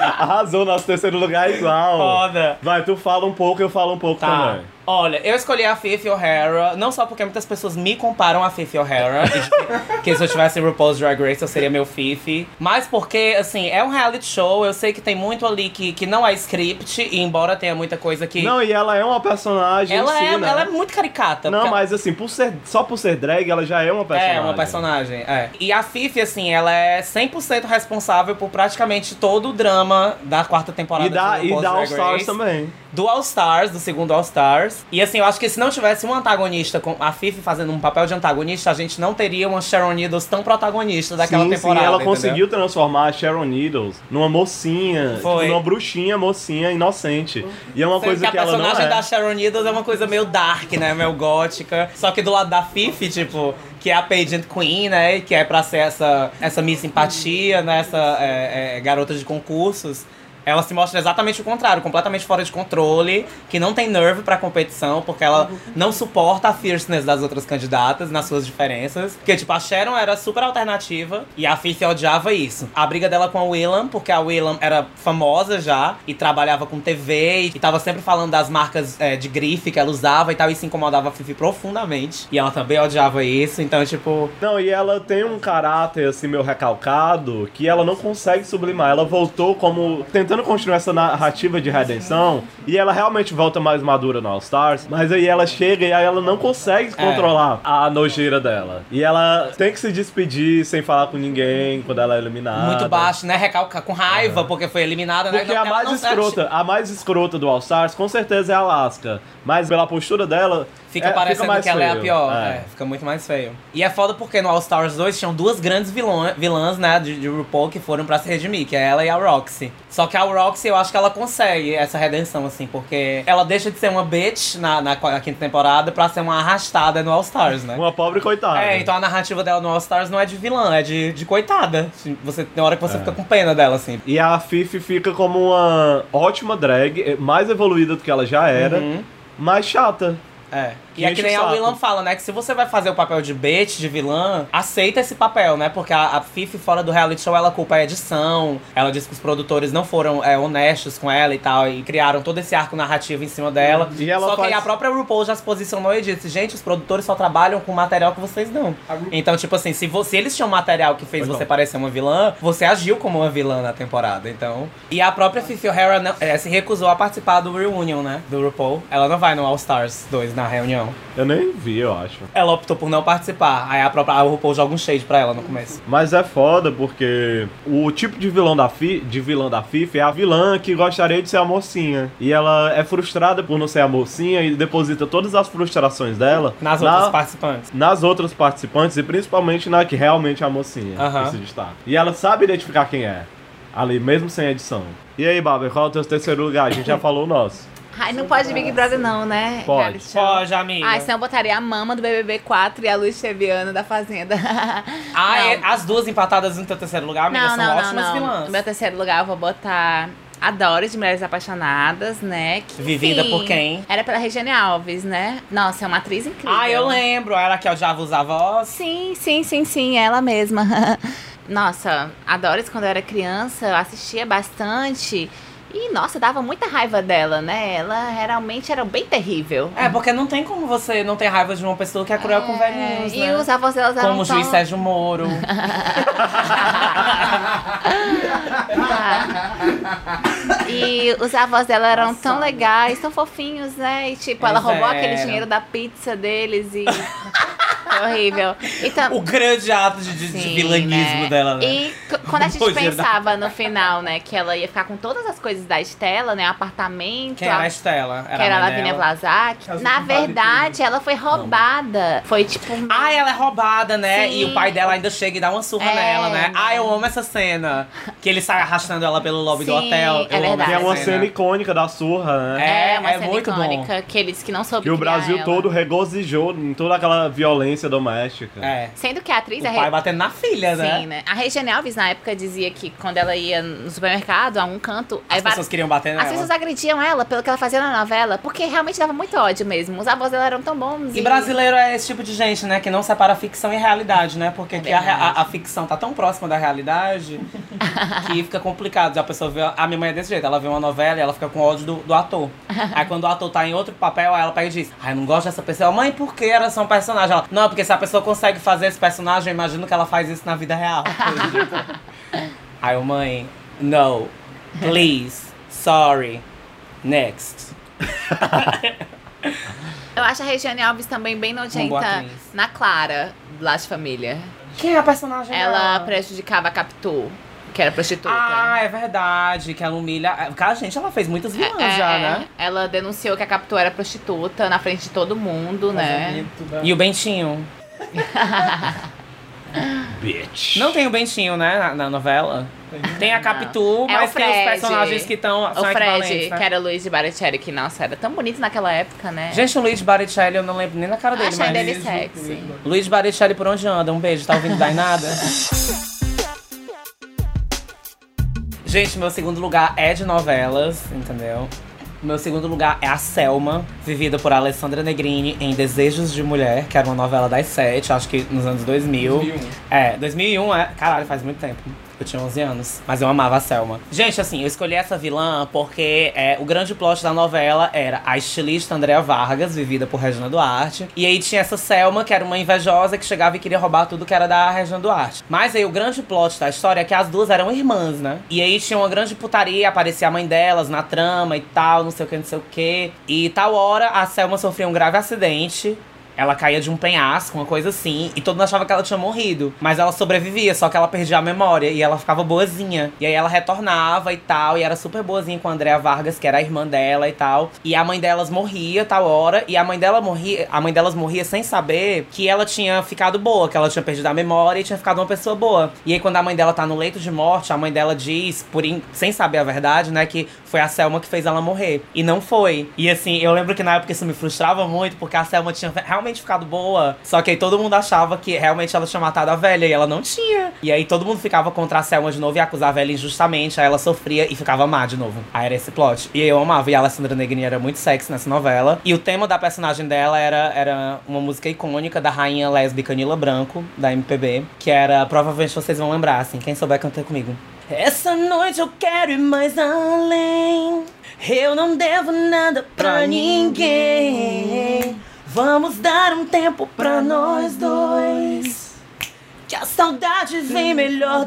B: Arrasou, nosso terceiro lugar é igual.
A: Foda.
B: Vai, tu fala um pouco, eu falo um pouco
A: Tá.
B: também.
A: Olha, eu escolhi a Fifi O'Hara, não só porque muitas pessoas me comparam a Fifi O'Hara, <laughs> que- que se eu tivesse RuPaul's Drag Race eu seria meu Fifi, mas porque, assim, é um reality show, eu sei que tem muito ali que, que não é script, e embora tenha muita coisa que.
B: Não, e ela é uma personagem.
A: ela,
B: em si,
A: é,
B: né?
A: ela é muito caricata.
B: Não,
A: porque-
B: mas assim, por ser, só por ser drag, ela já é uma personagem.
A: É, uma personagem, é. E a Fifi, assim, ela é 100% responsável por praticamente todo o drama da quarta temporada
B: E dá,
A: do
B: e
A: RuPaul's
B: dá All
A: Drag
B: Stars
A: Race.
B: também.
A: do All Stars, do segundo All Stars. E assim, eu acho que se não tivesse um antagonista, com a Fifi fazendo um papel de antagonista, a gente não teria uma Sharon Needles tão protagonista daquela
B: sim,
A: temporada.
B: sim, ela
A: entendeu?
B: conseguiu transformar a Sharon Needles numa mocinha,
A: Foi.
B: tipo, numa bruxinha, mocinha, inocente. E é uma
A: Sendo
B: coisa
A: que,
B: que,
A: a
B: ela não
A: personagem
B: é.
A: da Sharon Needles é uma coisa meio dark, né? Meio gótica. Só que do lado da Fifi, tipo, que é a pageant queen, né? e Que é pra ser essa, essa Miss Simpatia, né? Essa é, é, garota de concursos. Ela se mostra exatamente o contrário, completamente fora de controle, que não tem nerve pra competição, porque ela não suporta a fierceness das outras candidatas nas suas diferenças. Porque, tipo, a Sharon era super alternativa e a Fifi odiava isso. A briga dela com a Willam, porque a Willam era famosa já e trabalhava com TV e tava sempre falando das marcas é, de grife que ela usava e tal, e se incomodava a Fifi profundamente. E ela também odiava isso, então, tipo.
B: Não, e ela tem um caráter, assim, meio recalcado, que ela não consegue sublimar. Ela voltou como tentando continuar essa narrativa de redenção, e ela realmente volta mais madura no All Stars, mas aí ela chega e aí ela não
A: É.
B: consegue controlar a nojeira dela. E ela tem que se despedir sem falar com ninguém quando ela é eliminada.
A: Muito baixo, né? Recalcar com raiva, porque foi eliminada, né?
B: Porque
A: Não,
B: a
A: ela
B: mais
A: não-
B: escrota, a mais escrota do All Stars, com certeza é a Alaska. Mas pela postura dela,
A: Fica
B: é,
A: parecendo
B: mais
A: que ela é a
B: feio.
A: pior.
B: É.
A: é, fica muito mais feio. E é foda porque no All Stars 2 tinham duas grandes vilã, vilãs, né, de, de RuPaul que foram pra se redimir, que é ela e a Roxy. Só que a Roxy, eu acho que ela consegue essa redenção, assim, porque ela deixa de ser uma bitch na, na, qua- na quinta temporada pra ser uma arrastada no All Stars, né?
B: Uma pobre coitada.
A: É, então a narrativa dela no All Stars não é de vilã, é de, de coitada. Você, tem hora que você fica com pena dela, assim.
B: E a Fifi fica como uma ótima drag, eh, mais evoluída do que ela já era,
A: Uhum.
B: mais chata.
A: É.
B: Que
A: E é que
B: enche o
A: nem a
B: saco.
A: Willam fala, né? Que se você vai fazer o papel de bitch, de vilã, aceita esse papel, né? Porque a, a Fifi, fora do reality show, ela culpa a edição. Ela diz que os produtores não foram é, honestos com ela e tal. E criaram todo esse arco narrativo em cima dela.
B: E ela
A: só que
B: faz-
A: aí a própria RuPaul já se posicionou e disse, gente, os produtores só trabalham com o material que vocês dão.
D: A Ru-
A: Então, tipo assim, se, você, se eles tinham material que fez
B: Pois
A: você
B: não.
A: parecer uma vilã, você agiu como uma vilã na temporada, então. E a própria Fifi O'Hara não- eh, se recusou a participar do reunion, né? Do RuPaul. Ela não vai no All Stars 2, na reunião.
B: Eu nem vi, eu acho.
A: Ela optou por não participar. Aí a própria a RuPaul joga um shade pra ela no começo.
B: Mas é foda porque o tipo de vilão da fi, de vilã da FIFA é a vilã que gostaria de ser a mocinha. E ela é frustrada por não ser a mocinha e deposita todas as frustrações dela
A: Nas
B: na-
A: outras participantes.
B: nas outras participantes e principalmente na que realmente é a mocinha
A: Aham.
B: que se destaca. E ela sabe identificar quem é. Ali, mesmo sem edição. E aí, Bárbara, qual é o teu terceiro lugar? A gente
A: <laughs>
B: já falou o nosso.
F: Ai, não pode Big Brother não, né?
B: Pode.
F: Reality show.
A: Foge, amiga.
F: Ai, senão eu botaria a mama do BBB 4 e a Luiz Cheviano da
A: <laughs>
F: Fazenda.
A: Ah, é-
F: Não.
A: as duas empatadas no teu terceiro lugar, amiga,
F: Não,
A: são
F: não, não,
A: ótimas
F: não.
A: vilãs.
F: No meu terceiro lugar eu vou botar a Doris de Mulheres Apaixonadas, né? Que,
A: Vivida
F: enfim,
A: por quem?
F: Era pela Regiane Alves, né? Nossa, é uma atriz incrível.
A: Ah, eu lembro. Ela que odiava usar voz.
F: Sim, sim, sim, sim, ela mesma. <laughs> Nossa, a Doris, quando eu era criança, eu assistia bastante. E, nossa, dava muita raiva dela, né? Ela realmente era bem terrível.
A: É, porque não tem como você não ter raiva de uma pessoa que é cruel com velhinhos,
F: e
A: né?
F: os avós delas eram
A: Como o juiz
F: tão-
A: Sérgio Moro.
F: <laughs> E os avós dela eram tão
A: Engraçado.
F: legais, tão fofinhos, né? E tipo, ela
A: Eles
F: roubou aquele
A: eram.
F: dinheiro da pizza deles e. <laughs> Foi horrível. Então, <laughs>
A: o grande ato de, de- de
F: Sim,
A: vilanismo
F: né?
A: dela, né?
F: E c-
A: <laughs>
F: quando a gente
A: Pois é,
F: pensava no final, né, que ela ia ficar com todas as coisas da Estela, né? Apartamento,
A: Quem era a
F: a-
A: Estela? né?
F: que era
A: a
F: a
A: mãe
F: Lavínia
A: dela.
F: Vlasak.
D: Casou
F: Na
D: com o padre
F: verdade, ela foi roubada. Foi tipo. um-
A: Ah, ela é roubada, né?
F: Sim.
A: E o pai dela ainda chega e dá uma surra
F: É,
A: nela, né?
F: né?
A: Ah, eu amo essa cena. Que ele sai arrastando ela pelo lobby do
F: Sim,
A: hotel. Eu
F: é
A: amo
F: verdade.
B: Que é
A: essa
B: uma cena icônica da surra, né?
A: Tá, né? É,
F: É, uma
A: é
F: cena
A: muito bom.
F: icônica que eles que não é souberam.
B: Que o Brasil todo regozijou em toda aquela violência doméstica.
A: É.
F: Sendo que a atriz é
A: O pai batendo na filha, né?
F: Sim, né? A Regiane Alves, na época, dizia que quando ela ia no supermercado, a um canto... aí
A: As
F: va-
A: pessoas queriam bater nela.
F: as pessoas agrediam ela pelo que ela fazia na novela, porque realmente dava muito ódio mesmo. Os avós dela eram tão bons.
A: E brasileiro é esse tipo de gente, né? Que não separa ficção e realidade, né? Porque aqui a,
F: verdade.
A: a- a ficção tá tão próxima da realidade que fica complicado. Já A pessoa vê. A minha mãe é desse jeito, ela vê uma novela e ela fica com ódio do, do ator. Aí quando o ator tá em outro papel, aí ela pega e diz: Ai, não gosto dessa pessoa. Mãe, por que era só um personagem? Ela, não, porque se a pessoa consegue fazer esse personagem, eu imagino que ela faz isso na vida real. tipo. aí o mãe, no, please, sorry, next.
F: Eu acho a Regiane Alves também bem
A: Uma boa
F: nojenta
A: atriz.
F: na Clara, lá de família.
A: Quem é a personagem
F: Ela
A: dela?
F: prejudicava a Capitu, que era prostituta.
A: Ah, é verdade, que ela humilha. ah, Cara, gente, ela fez muitas
F: É,
A: vilãs
F: é,
A: já,
F: é.
A: né?
F: Ela denunciou que a Capitu era prostituta na frente de todo mundo, né?
A: E o Bentinho.
B: Bitch.
A: Não tem o Bentinho, né, na, na novela? Tem a Capitu,
F: É
A: mas
F: o
A: tem os
F: Fred.
A: personagens que estão.
F: O Fred,
A: né?
F: que é- era o Luiz de Baratieri, que, nossa, era tão bonito naquela época, né?
A: Gente, né? o Luiz Baricelli, eu não lembro nem na cara dele,
F: Achei
A: mas.
F: é dele sexy.
A: Luiz Baricelli, por onde anda? Um beijo, tá ouvindo daí nada? Gente, meu segundo lugar é de novelas, entendeu? Meu segundo lugar é a Selma, vivida por Alessandra Negrini em Desejos de Mulher, que era uma novela das sete, acho que nos anos 2000.
D: 2001.
A: É, 2001 é. Caralho, faz muito tempo. Eu tinha 11 anos, mas eu amava a Selma. Gente, assim, eu escolhi essa vilã porque é, o grande plot da novela era a estilista Andréa Vargas, vivida por Regina Duarte. E aí tinha essa Selma, que era uma invejosa que chegava e queria roubar tudo que era da Regina Duarte. Mas aí o grande plot da história é que as duas eram irmãs, né? E aí tinha uma grande putaria, aparecia a mãe delas na trama e tal, não sei o que, não sei o que. E tal hora a Selma sofreu um grave acidente. Ela caía de um penhasco, uma coisa assim, e todo mundo achava que ela tinha morrido. Mas ela sobrevivia, só que ela perdia a memória e ela ficava boazinha. E aí ela retornava e tal, e era super boazinha com a Andrea Vargas, que era a irmã dela e tal. E a mãe delas morria tal hora, e a mãe dela morria, a mãe delas morria sem saber que ela tinha ficado boa, que ela tinha perdido a memória e tinha ficado uma pessoa boa. E aí quando a mãe dela tá no leito de morte, a mãe dela diz, por in- sem saber a verdade, né, que foi a Selma que fez ela morrer. E não foi. E assim, eu lembro que na época isso me frustrava muito, porque a Selma tinha realmente ficado boa. Só que aí todo mundo achava que realmente ela tinha matado a velha e ela não tinha. E aí todo mundo ficava contra a Selma de novo e acusava ela injustamente. Aí ela sofria e ficava má de novo. Aí era esse plot. E eu amava. E a Alessandra Negrini era muito sexy nessa novela. E o tema da personagem dela era, era uma música icônica da rainha lésbica Nila Branco, da MPB, que era provavelmente vocês vão lembrar, assim, quem souber cantar comigo. Essa noite eu quero ir mais além. Eu não devo nada pra ninguém. Vamos dar um tempo pra nós dois. Que a saudade vem melhor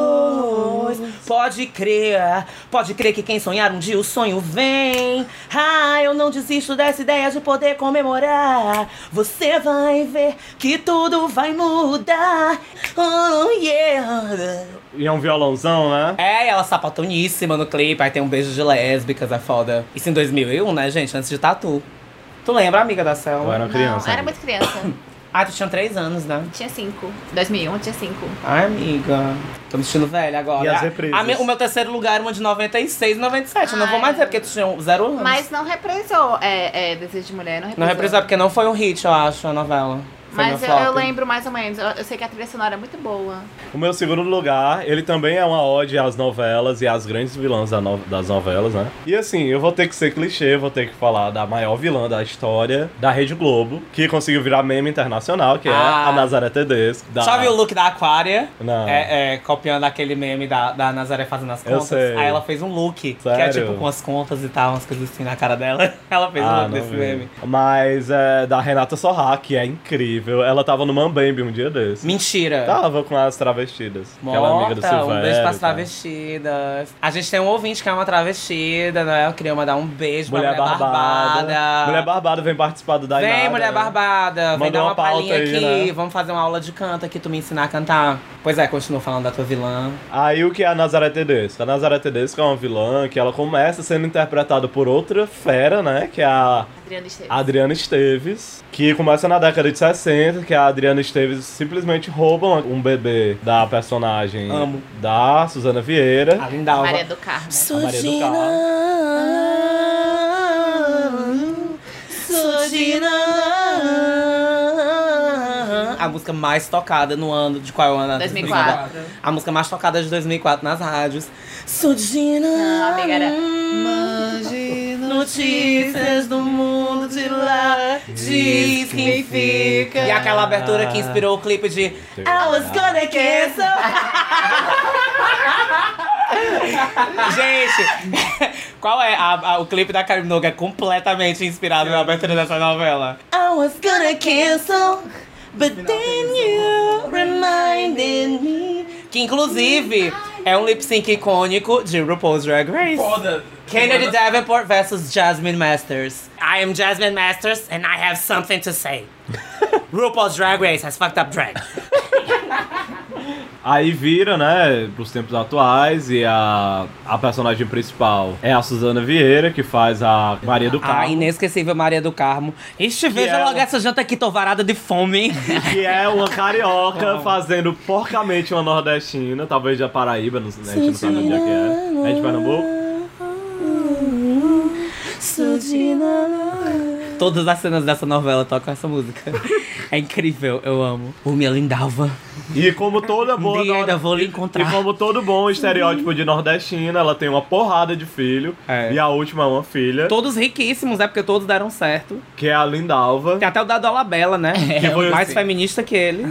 A: depois. Pode crer, é. pode crer que quem sonhar um dia o sonho vem. Ah, eu não desisto dessa ideia de poder comemorar. Você vai ver que tudo vai mudar. Oh yeah.
B: E é um violãozão, né?
A: É, ela sapatoníssima no clipe, aí tem um beijo de lésbicas, é foda. Isso em 2001, né, gente? Antes de Tatu. Tu lembra, amiga da
B: Eu
A: Selma?
B: era criança. né?
F: Não, era
B: ainda.
F: muito criança. <coughs>
A: Ah, tu tinha 3 anos, né?
F: Tinha cinco. 2001, eu um, tinha cinco.
A: Ai, amiga. Tô me sentindo velha agora.
B: E as
A: A-
B: represas?
A: a me- o meu terceiro lugar era uma de 96 e 97. Eu não vou
F: Ai.
A: mais dizer porque tu tinha um- zero anos.
F: Mas não reprisou é, é, Desejo de Mulher, não reprisou.
A: Não represar porque não foi um hit, eu acho, a novela. Foi
F: Mas
A: uma
F: eu, eu
A: flop.
F: lembro mais ou menos. Eu, eu sei que a trilha sonora é muito boa.
B: O meu segundo lugar, ele também é uma ode às novelas e às grandes vilãs da no- das novelas, né? E assim, eu vou ter que ser clichê, vou ter que falar da maior vilã da história da Rede Globo, que conseguiu virar meme internacional, que é
A: Ah.
B: a Nazaré Tedesco. Da...
A: Sabe o look da Aquária?
B: Não.
A: É, é, copiando aquele meme da, da Nazaré fazendo as
B: Eu
A: contas.
B: sei.
A: Aí ela fez um look, que é
B: Sério?
A: tipo com as contas e tal, umas coisas assim na cara dela. <laughs> Ela fez um
B: Ah,
A: look
B: não
A: desse
B: vi.
A: meme.
B: Mas é da Renata Sorra, que é incrível. Ela tava no Mambembe um dia desse.
A: Mentira.
B: Tava com as travestidas. aquela amiga do
A: Morta,
B: Silvério.
A: um beijo pras
B: e tal.
A: travestidas. A gente tem um ouvinte que é uma travestida, né? Eu queria mandar um beijo pra
B: Mulher,
A: Mulher,
B: barbada.
A: Barbada.
B: Mulher Barbada vem participar do Dainada.
A: Vem, Mulher
B: né?
A: Barbada, vem
B: Manda
A: dar
B: uma
A: uma palhinha
B: pauta aí,
A: aqui.
B: né?
A: Vamos fazer uma aula de canto aqui, tu me ensinar a cantar. Pois é, continua falando da tua vilã.
B: Aí o que é a Nazaré Tedesco? A Nazaré Tedesco é uma vilã que ela começa sendo interpretada por outra fera, né? Que é a
F: Adriana Esteves.
B: Adriana Esteves, que começa na década de 60, que a Adriana Esteves simplesmente rouba um bebê da personagem
A: Amo.
B: da Suzana Vieira.
A: A Lindalva.
F: Maria do Carmo.
B: A Maria do Carmo.
A: A música mais tocada no ano de qual ano?
F: 2004.
A: A música mais tocada de 2004 nas rádios. Sudina.
F: Não, amiga, era-
A: Notícias do mundo de lá. Diz quem fica. E aquela abertura que inspirou o clipe de I was gonna kiss her. Gente, <laughs> qual é? A- a- o clipe da Kylie Minogue é completamente inspirado na abertura dessa novela. I was gonna cancel, but then you reminded me. Que inclusive é um lip sync icônico de RuPaul's Drag Race.
D: Foda.
A: Kennedy Davenport versus Jasmine Masters. I am Jasmine Masters and I have something to say. <laughs> RuPaul's Drag Race has fucked up drag.
B: Aí vira, né, pros tempos atuais e a, a personagem principal é a Suzana Vieira, que faz a Maria do
A: A
B: Carmo.
A: inesquecível Maria do Carmo. Ixi, veja
B: ela-
A: logo essa janta aqui, tô varada de fome. <laughs>
B: Que é uma carioca fazendo porcamente uma nordestina, talvez da Paraíba, não, a gente não sabe onde é que é. É de Pernambuco?
A: Todas as cenas dessa novela tocam essa
B: <laughs>
A: música. É incrível, eu amo. O minha lindalva.
B: E como toda
A: Um
B: boa.
A: dia ainda
B: nor-
A: vou lhe
B: E
A: encontrar.
B: como todo bom estereótipo de nordestina, ela tem uma porrada de filho.
A: É.
B: E a última é uma filha,
A: Todos riquíssimos, é porque todos deram certo.
B: que é a Lindalva.
A: Tem até o da Dolabella,
B: <laughs>
A: né? Que
B: foi
A: é mais
B: assim.
A: feminista que
B: <laughs>
A: ele.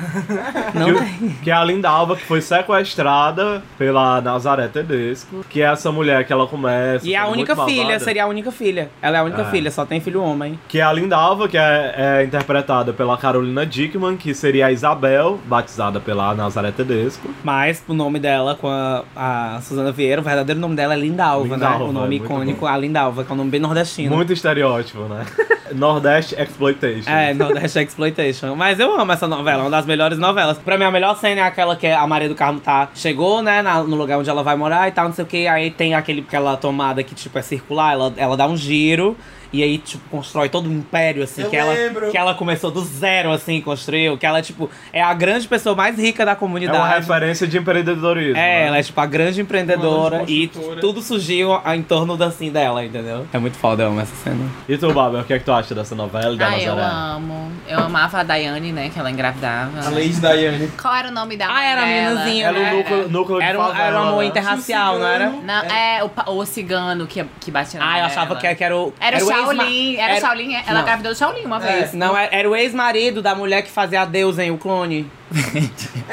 A: Não
B: Que-
A: tem.
B: Que é a Linda Alva, que foi sequestrada pela Nazaré Tedesco, que é essa mulher que ela começa.
A: E é a
B: sendo
A: única
B: muito
A: filha,
B: malvada.
A: seria a única filha. Ela é a única
B: É.
A: filha, só tem filho homem.
B: Que é a Linda Alva, que é, é interpretada pela Carolina Dickman, que seria a Isabel, batizada pela Nazaré Tedesco.
A: Mas o nome dela com a, a Suzana Vieira, o verdadeiro nome dela é Lindalva,
B: Linda
A: né?
B: Alva,
A: o nome
B: é muito
A: icônico,
B: bom.
A: a Lindalva, que é um nome bem nordestino.
B: Muito estereótipo, né? <laughs> Nordeste Exploitation.
A: É, Nordeste Exploitation. Mas eu amo essa novela, é uma das melhores novelas. Pra mim, a melhor cena é aquela que a Maria do Carmo tá. Chegou, né, na- no lugar onde ela vai morar e tal, não sei o que. Aí tem aquele, aquela tomada que, tipo, é circular, ela, ela dá um giro. E aí, tipo, constrói todo um império, assim,
C: Eu
A: que ela,
C: lembro.
A: que ela começou do zero, assim, construiu. Que ela, tipo, é a grande pessoa mais rica da
B: É uma
A: comunidade.
B: referência de empreendedorismo.
A: É,
B: né?
A: ela é tipo a grande empreendedora
D: Uma grande
A: e
D: construtora.
A: tudo surgiu a- em torno da, assim, dela, entendeu? É muito foda, eu amo essa cena.
B: E tu, Babel, o que é que tu acha dessa novela e da
F: Ah, eu
B: Nazaré?
F: amo. Eu amava a Daiane, né? Que ela engravidava.
D: A Lady Diane.
F: Qual era o nome da
A: Ah,
F: mãe
A: era a
F: dela?
A: meninazinha,
B: Era
A: né?
B: um núcleo, núcleo de
A: Era um,
B: favela,
A: era um amor
B: né?
A: interracial, não era?
F: Não, é, o, pa- o cigano que, que batia na
A: Ah, eu
F: mulher,
A: achava
F: ela.
A: que, que era o.
F: Era, o
A: ex-ma-
F: Shaolin. Era, o Shaolin. Ela
A: Não.
F: engravidou do Shaolin uma
A: É,
F: vez.
A: não, era, era o ex-marido da mulher que fazia a deusa em O Clone.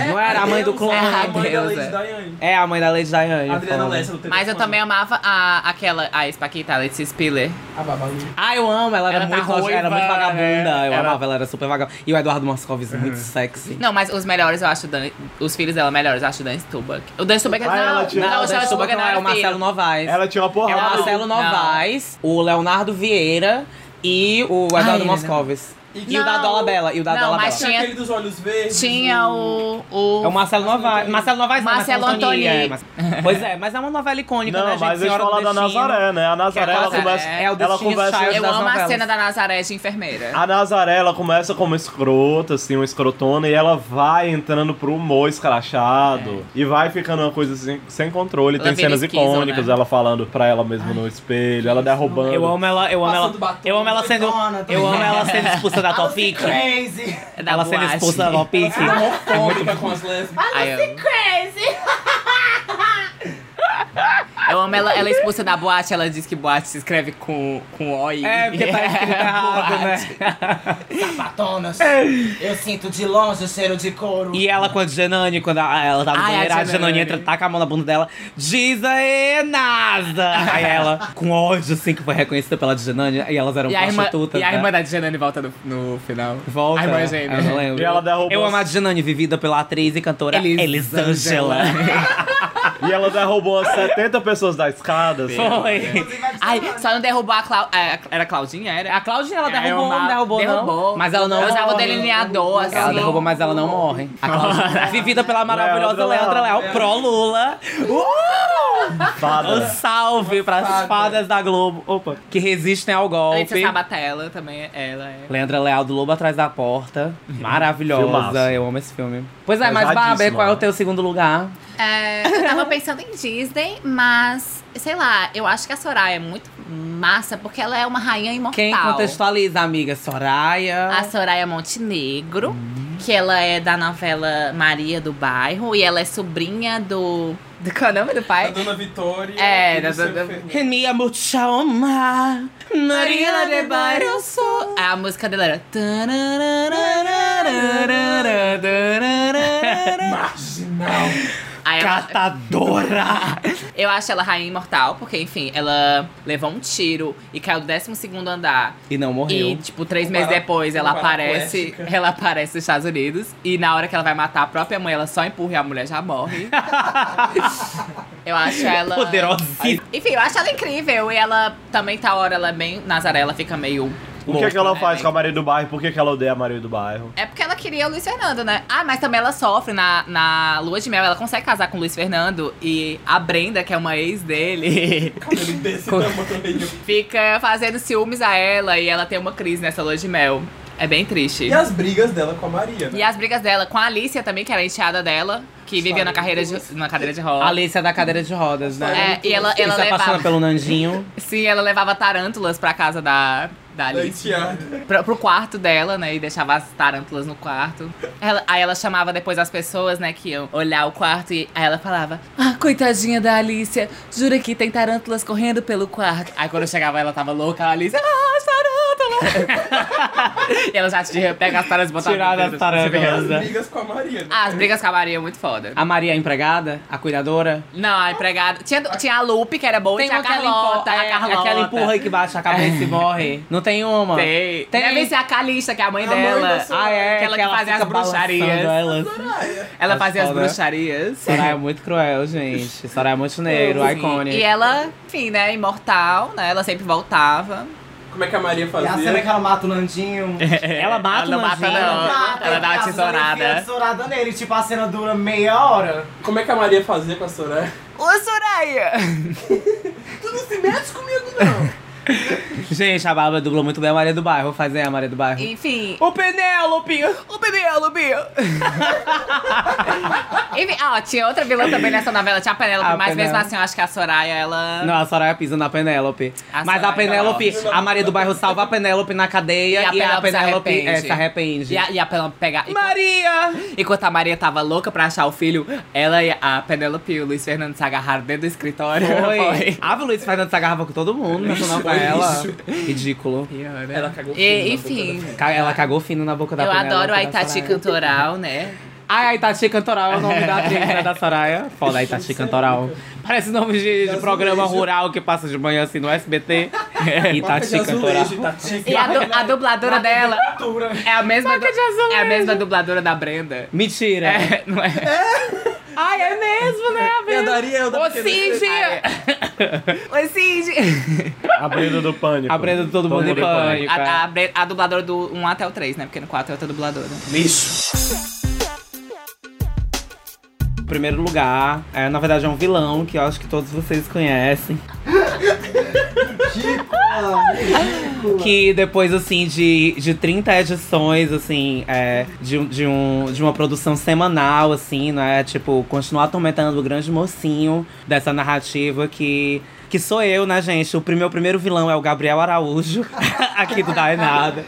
A: Não era a mãe do clone,
F: é a
D: mãe da
A: Deusa.
D: Lady Diane.
A: É a mãe da Lady Diane. eu
D: Adriana
A: falo.
D: Lessa do
F: Mas eu também amava a, aquela, a Espaquita, a Letícia Spiller.
D: A Babalu.
A: Ah, eu amo, ela era,
F: Ela tá
A: muito, ro- era
F: ruiva,
B: é.
A: muito vagabunda.
F: né?
A: Eu
F: Ela-
A: amava, ela era super vagabunda. E o Eduardo Moscovis, muito sexy.
F: Não, mas os melhores eu acho, Dan- os filhos dela melhores eu acho o Dan Stubach. O Dan Stubach é
B: Ah, ela
F: não,
B: tinha-
A: Não,
F: não,
A: o
F: o Dan
A: Sérgio
F: Stubach
A: não é o Marcelo
F: filho.
A: Novaes.
B: Ela tinha
A: É
B: uma
A: o
B: porrada.
A: Marcelo Novaes, o Leonardo Vieira e o
F: Ah,
A: Eduardo
F: ele, né?
A: Moscovis. E o
F: Não.
A: da Dola Bela. E o da
F: Não,
A: Dola
F: mas
A: Bella.
D: Tinha aquele dos olhos verdes.
F: Tinha o... o...
A: É o Marcelo Novaes. Marcelo Novaes não,
F: Marcelo
A: Marcelo Antoni.
F: Antoni.
A: é, mas- <laughs> Pois é, mas é uma novela icônica, né,
B: Não,
A: gente?
B: mas deixa eu
A: Senhora do
B: falar da
A: Destino. é
B: Nazaré, né? A Nazaré, ela
F: Nazaré.
B: começa.
F: É
A: o
B: ela
A: Destino
B: conversa.
A: Child.
F: Eu
A: das
F: amo a
A: novelas.
F: cena da Nazaré de enfermeira.
B: A Nazaré, ela começa como escrota, assim, uma escrotona, e ela vai entrando pro humor escrachado. E vai ficando uma coisa assim, sem controle.
F: É. Ela
B: Tem
F: vira
B: cenas
F: esquizo,
B: icônicas,
F: né?
B: ela falando pra ela mesma no espelho, ela derrubando.
A: Eu amo ela, eu amo
D: Passando
A: ela.
D: batom,
A: Eu amo ela sendo.
D: doidona,
A: Eu amo ela sendo expulsa da Topic.
D: Crazy.
F: Da
A: Ela sendo
F: boate.
A: expulsa da Topic.
D: Ela é homofóbica com as lésbicas.
F: Ai, eu... eu amo ela, ela é expulsa da boate, ela diz que boate se escreve com, com O e
A: É, porque tá
F: <laughs>
A: escrito errado, né?
H: Sapatonas. Eu sinto de longe o cheiro de couro.
A: E ela com a Genani, quando a- ela tá no
F: Ai, a
A: banheiro, a Genani
F: Genani.
A: entra, taca a mão na bunda dela, diz aê, NASA! Aí ela, com ódio, assim, que foi reconhecida pela Genani, e elas eram
F: E a, irmã,
A: prostitutas.
F: e a
A: né?
F: irmã da Janane volta no, no final.
A: Volta.
F: A irmã é
A: eu não
F: gêmea.
A: lembro.
B: E ela derrubou-
A: Eu amo a Genani, vivida pela atriz e cantora Elisângela.
F: Elisângela. <laughs>
B: E ela derrubou as 70 pessoas da escada. assim. <laughs>
A: Foi.
F: Ai, só não derrubou a Clau... a- Era a Claudinha? Era?
A: A Claudinha, ela
F: É,
A: derrubou,
F: uma-
A: não derrubou,
F: derrubou.
A: não. Mas ela não
F: Eu usava o
A: morre.
F: delineador, assim.
A: Ela derrubou, mas ela não morre. A Claudinha, vivida pela maravilhosa
B: Leandra
A: Leandra
B: Leal.
A: Leal, pró-Lula. Uh! Um
B: Fada.
A: salve pras
D: Fada.
A: fadas da Globo. Opa. Que resistem ao
F: Letícia
A: golpe.
F: Sabatella também, ela é...
A: Leandra Leal do Lobo Atrás da Porta. Maravilhosa.
B: Filmaço.
A: Eu amo esse filme. Pois é, mas
B: Pesadíssimo,
A: Bárbara, qual é o
B: né?
A: teu segundo lugar?
F: É, eu tava pensando em Disney, mas sei lá, eu acho que a Soraya é muito massa porque ela é uma rainha imortal.
A: Quem contextualiza, amiga? Soraya.
F: A Soraya Montenegro, que ela é da novela Maria do Bairro e ela é sobrinha do. do qual é o nome do
D: Da
F: pai?
D: Dona Vitória.
F: É,
D: e do
F: da
D: seu
F: Dona-
D: Fernando.
A: Renia Muchaoma, Marina de Bairro
F: <laughs> Sou. A música dela era.
D: Marginal.
F: Aí ela-
A: Catadora!
F: Eu acho ela rainha imortal, porque, enfim, ela levou um tiro e caiu do 12 segundo andar.
A: E não
F: E,
A: morreu.
F: tipo, três
D: Com
F: meses
D: para-
F: depois
D: com
F: ela aparece.
D: paraplégica.
F: Ela aparece nos Estados Unidos. E na hora que ela vai matar a própria mãe, ela só empurra e a mulher já morre. eu acho ela.
A: Poderosíssima.
F: Enfim, eu acho ela incrível. E ela também tá hora, ela é bem. Nazaré, ela fica meio.
B: O que, é que ela
F: né,
B: faz
F: bem-
B: com a Maria do Bairro? Por que, que ela odeia a Maria do Bairro?
F: É porque ela queria o Luiz Fernando, né? Ah, mas também ela sofre na, na lua de mel. Ela consegue casar com o Luiz Fernando e a Brenda, que é uma ex dele, <laughs>
D: Cabelo desse tamanho.
F: fica fazendo ciúmes a ela e ela tem uma crise nessa lua de mel. É bem triste.
D: E as brigas dela com a Maria, né?
F: E as brigas dela com a Alicia também, que era a enteada dela, que vivia na, carreira de, na cadeira de roda.
A: Alice é da cadeira de rodas, né?
F: É, e ela-
A: Ele
F: ela
A: se apaixona
F: levava-
A: pelo Nandinho.
F: Sim, ela levava tarântulas pra casa da, da
D: Da
F: Alicia.
D: enteada.
F: Pra, pro quarto dela, né? E deixava as tarântulas no quarto. Ela- aí ela chamava depois as pessoas, né? Que iam olhar o quarto e aí ela falava: Ah, coitadinha da Alicia, jura que tem tarântulas correndo pelo quarto. Aí quando chegava ela tava louca, a Alicia, ah, as tarântulas! <laughs> e ela já tinha pega as tarântulas e botava
A: Tirava
F: dentro,
A: as
F: assim,
A: tarântulas.
F: bem-
D: As brigas com a Maria, né?
F: Ah, as brigas com a Maria é muito foda.
A: A Maria é a empregada? A cuidadora?
F: Não, a empregada. Tinha, tinha a Lupe, que era boa, e tinha a Carlota.
A: é,
F: a Carlota. É.
A: aquela empurra aí que baixa a cabeça e morre. Não tem uma?
F: Tem.
A: Tem.
F: Deve ser a Calista, que é a mãe
D: A mãe
F: dela.
D: da Soraya.
A: Ah, é.
F: Aquela que fazia
A: fica
F: as bruxarias.
A: balançando Ela.
D: Soraya.
F: Ela
A: Acho
F: fazia é, as
A: foda.
F: bruxarias.
A: Soraya é muito cruel, gente. é Soraya Montenegro,
F: Sim.
A: icônica.
F: E ela, enfim, né, imortal, né? Ela sempre voltava.
D: Como é que a Maria
H: E a cena
D: fazia?
H: que ela mata o
D: <laughs>
A: <laughs>
H: Nandinho.
A: Ela mata
F: ela
A: o
F: não mata,
A: Nandinho.
F: não.
H: Mata,
F: Ela dá uma
H: fica
F: tesourada.
H: tesourada nele. Tipo, a cena dura meia hora.
D: Como é que a Maria fazia com a Soraya?
F: Ô, Soraya!
A: Gente, a Bárbara dublou muito bem a Maria do Bairro. Vou fazer a Maria do Bairro.
F: Enfim.
A: O Penélope!
F: O Penélope! <laughs> Enfim, ah, ó, tinha outra vilã também nessa novela, tinha a Penélope,
A: A
F: mas mesmo
A: Penélope.
F: assim eu acho que a Soraya, ela.
A: Não, a Soraya pisa na Penélope.
F: A
A: Mas a
F: Soraya é
A: Penélope, a Maria do Bairro salva a Penélope na cadeia e a Penélope
F: se
A: é,
F: arrepende.
A: se arrepende.
F: E a, e a Penélope pega. e-
A: Maria!
F: Enquanto a Maria tava louca pra achar o filho, ela e a Penélope e o Luiz Fernando se agarraram dentro do escritório. <laughs>
A: Foi. A Luiz Fernando se agarrava com todo mundo nessa novela.
D: lixo.
A: Ridículo.
F: Ela cagou e, Enfim,
A: Ca- Ela cagou fino na boca da
F: eu
A: Penélope.
F: adoro a
A: da
F: Itati
A: Soraya.
F: Cantoral, né?
A: Ai, a Itati Cantoral é o nome da atriz, né,
F: <laughs>
A: da Soraya. Foda a Itati Cantoral. Parece nome de, de programa rural que passa de manhã, assim, no SBT. Itati Cantoral.
H: tipo,
F: E a, du- a dubladora dela é a mesma du-
A: de azulejo.
F: é a mesma dubladora da Brenda.
A: Mentira.
F: É, não é? Ai, é mesmo, né? A
D: Eu
F: Brenda.
D: daria, eu
F: Ô,
D: daria.
F: Cid! <laughs> Oi, Cid!
B: A Brenda do Pânico.
A: A Brenda do Todo Mundo em Pânico.
F: A, a, Bre- a dubladora do 1 até o 3, né? Porque no 4 é outra dubladora.
A: Em primeiro lugar, é, na verdade é um vilão que eu acho que todos vocês conhecem.
C: Ah,
A: que depois, assim, de, de 30 edições, assim, é, de, um- de, um, de uma produção semanal, assim, né? Tipo, continuar atormentando o grande mocinho dessa narrativa que. Que sou eu, né, gente? O prim- meu primeiro vilão é o Gabriel Araújo, <laughs> aqui do Dá em Nada.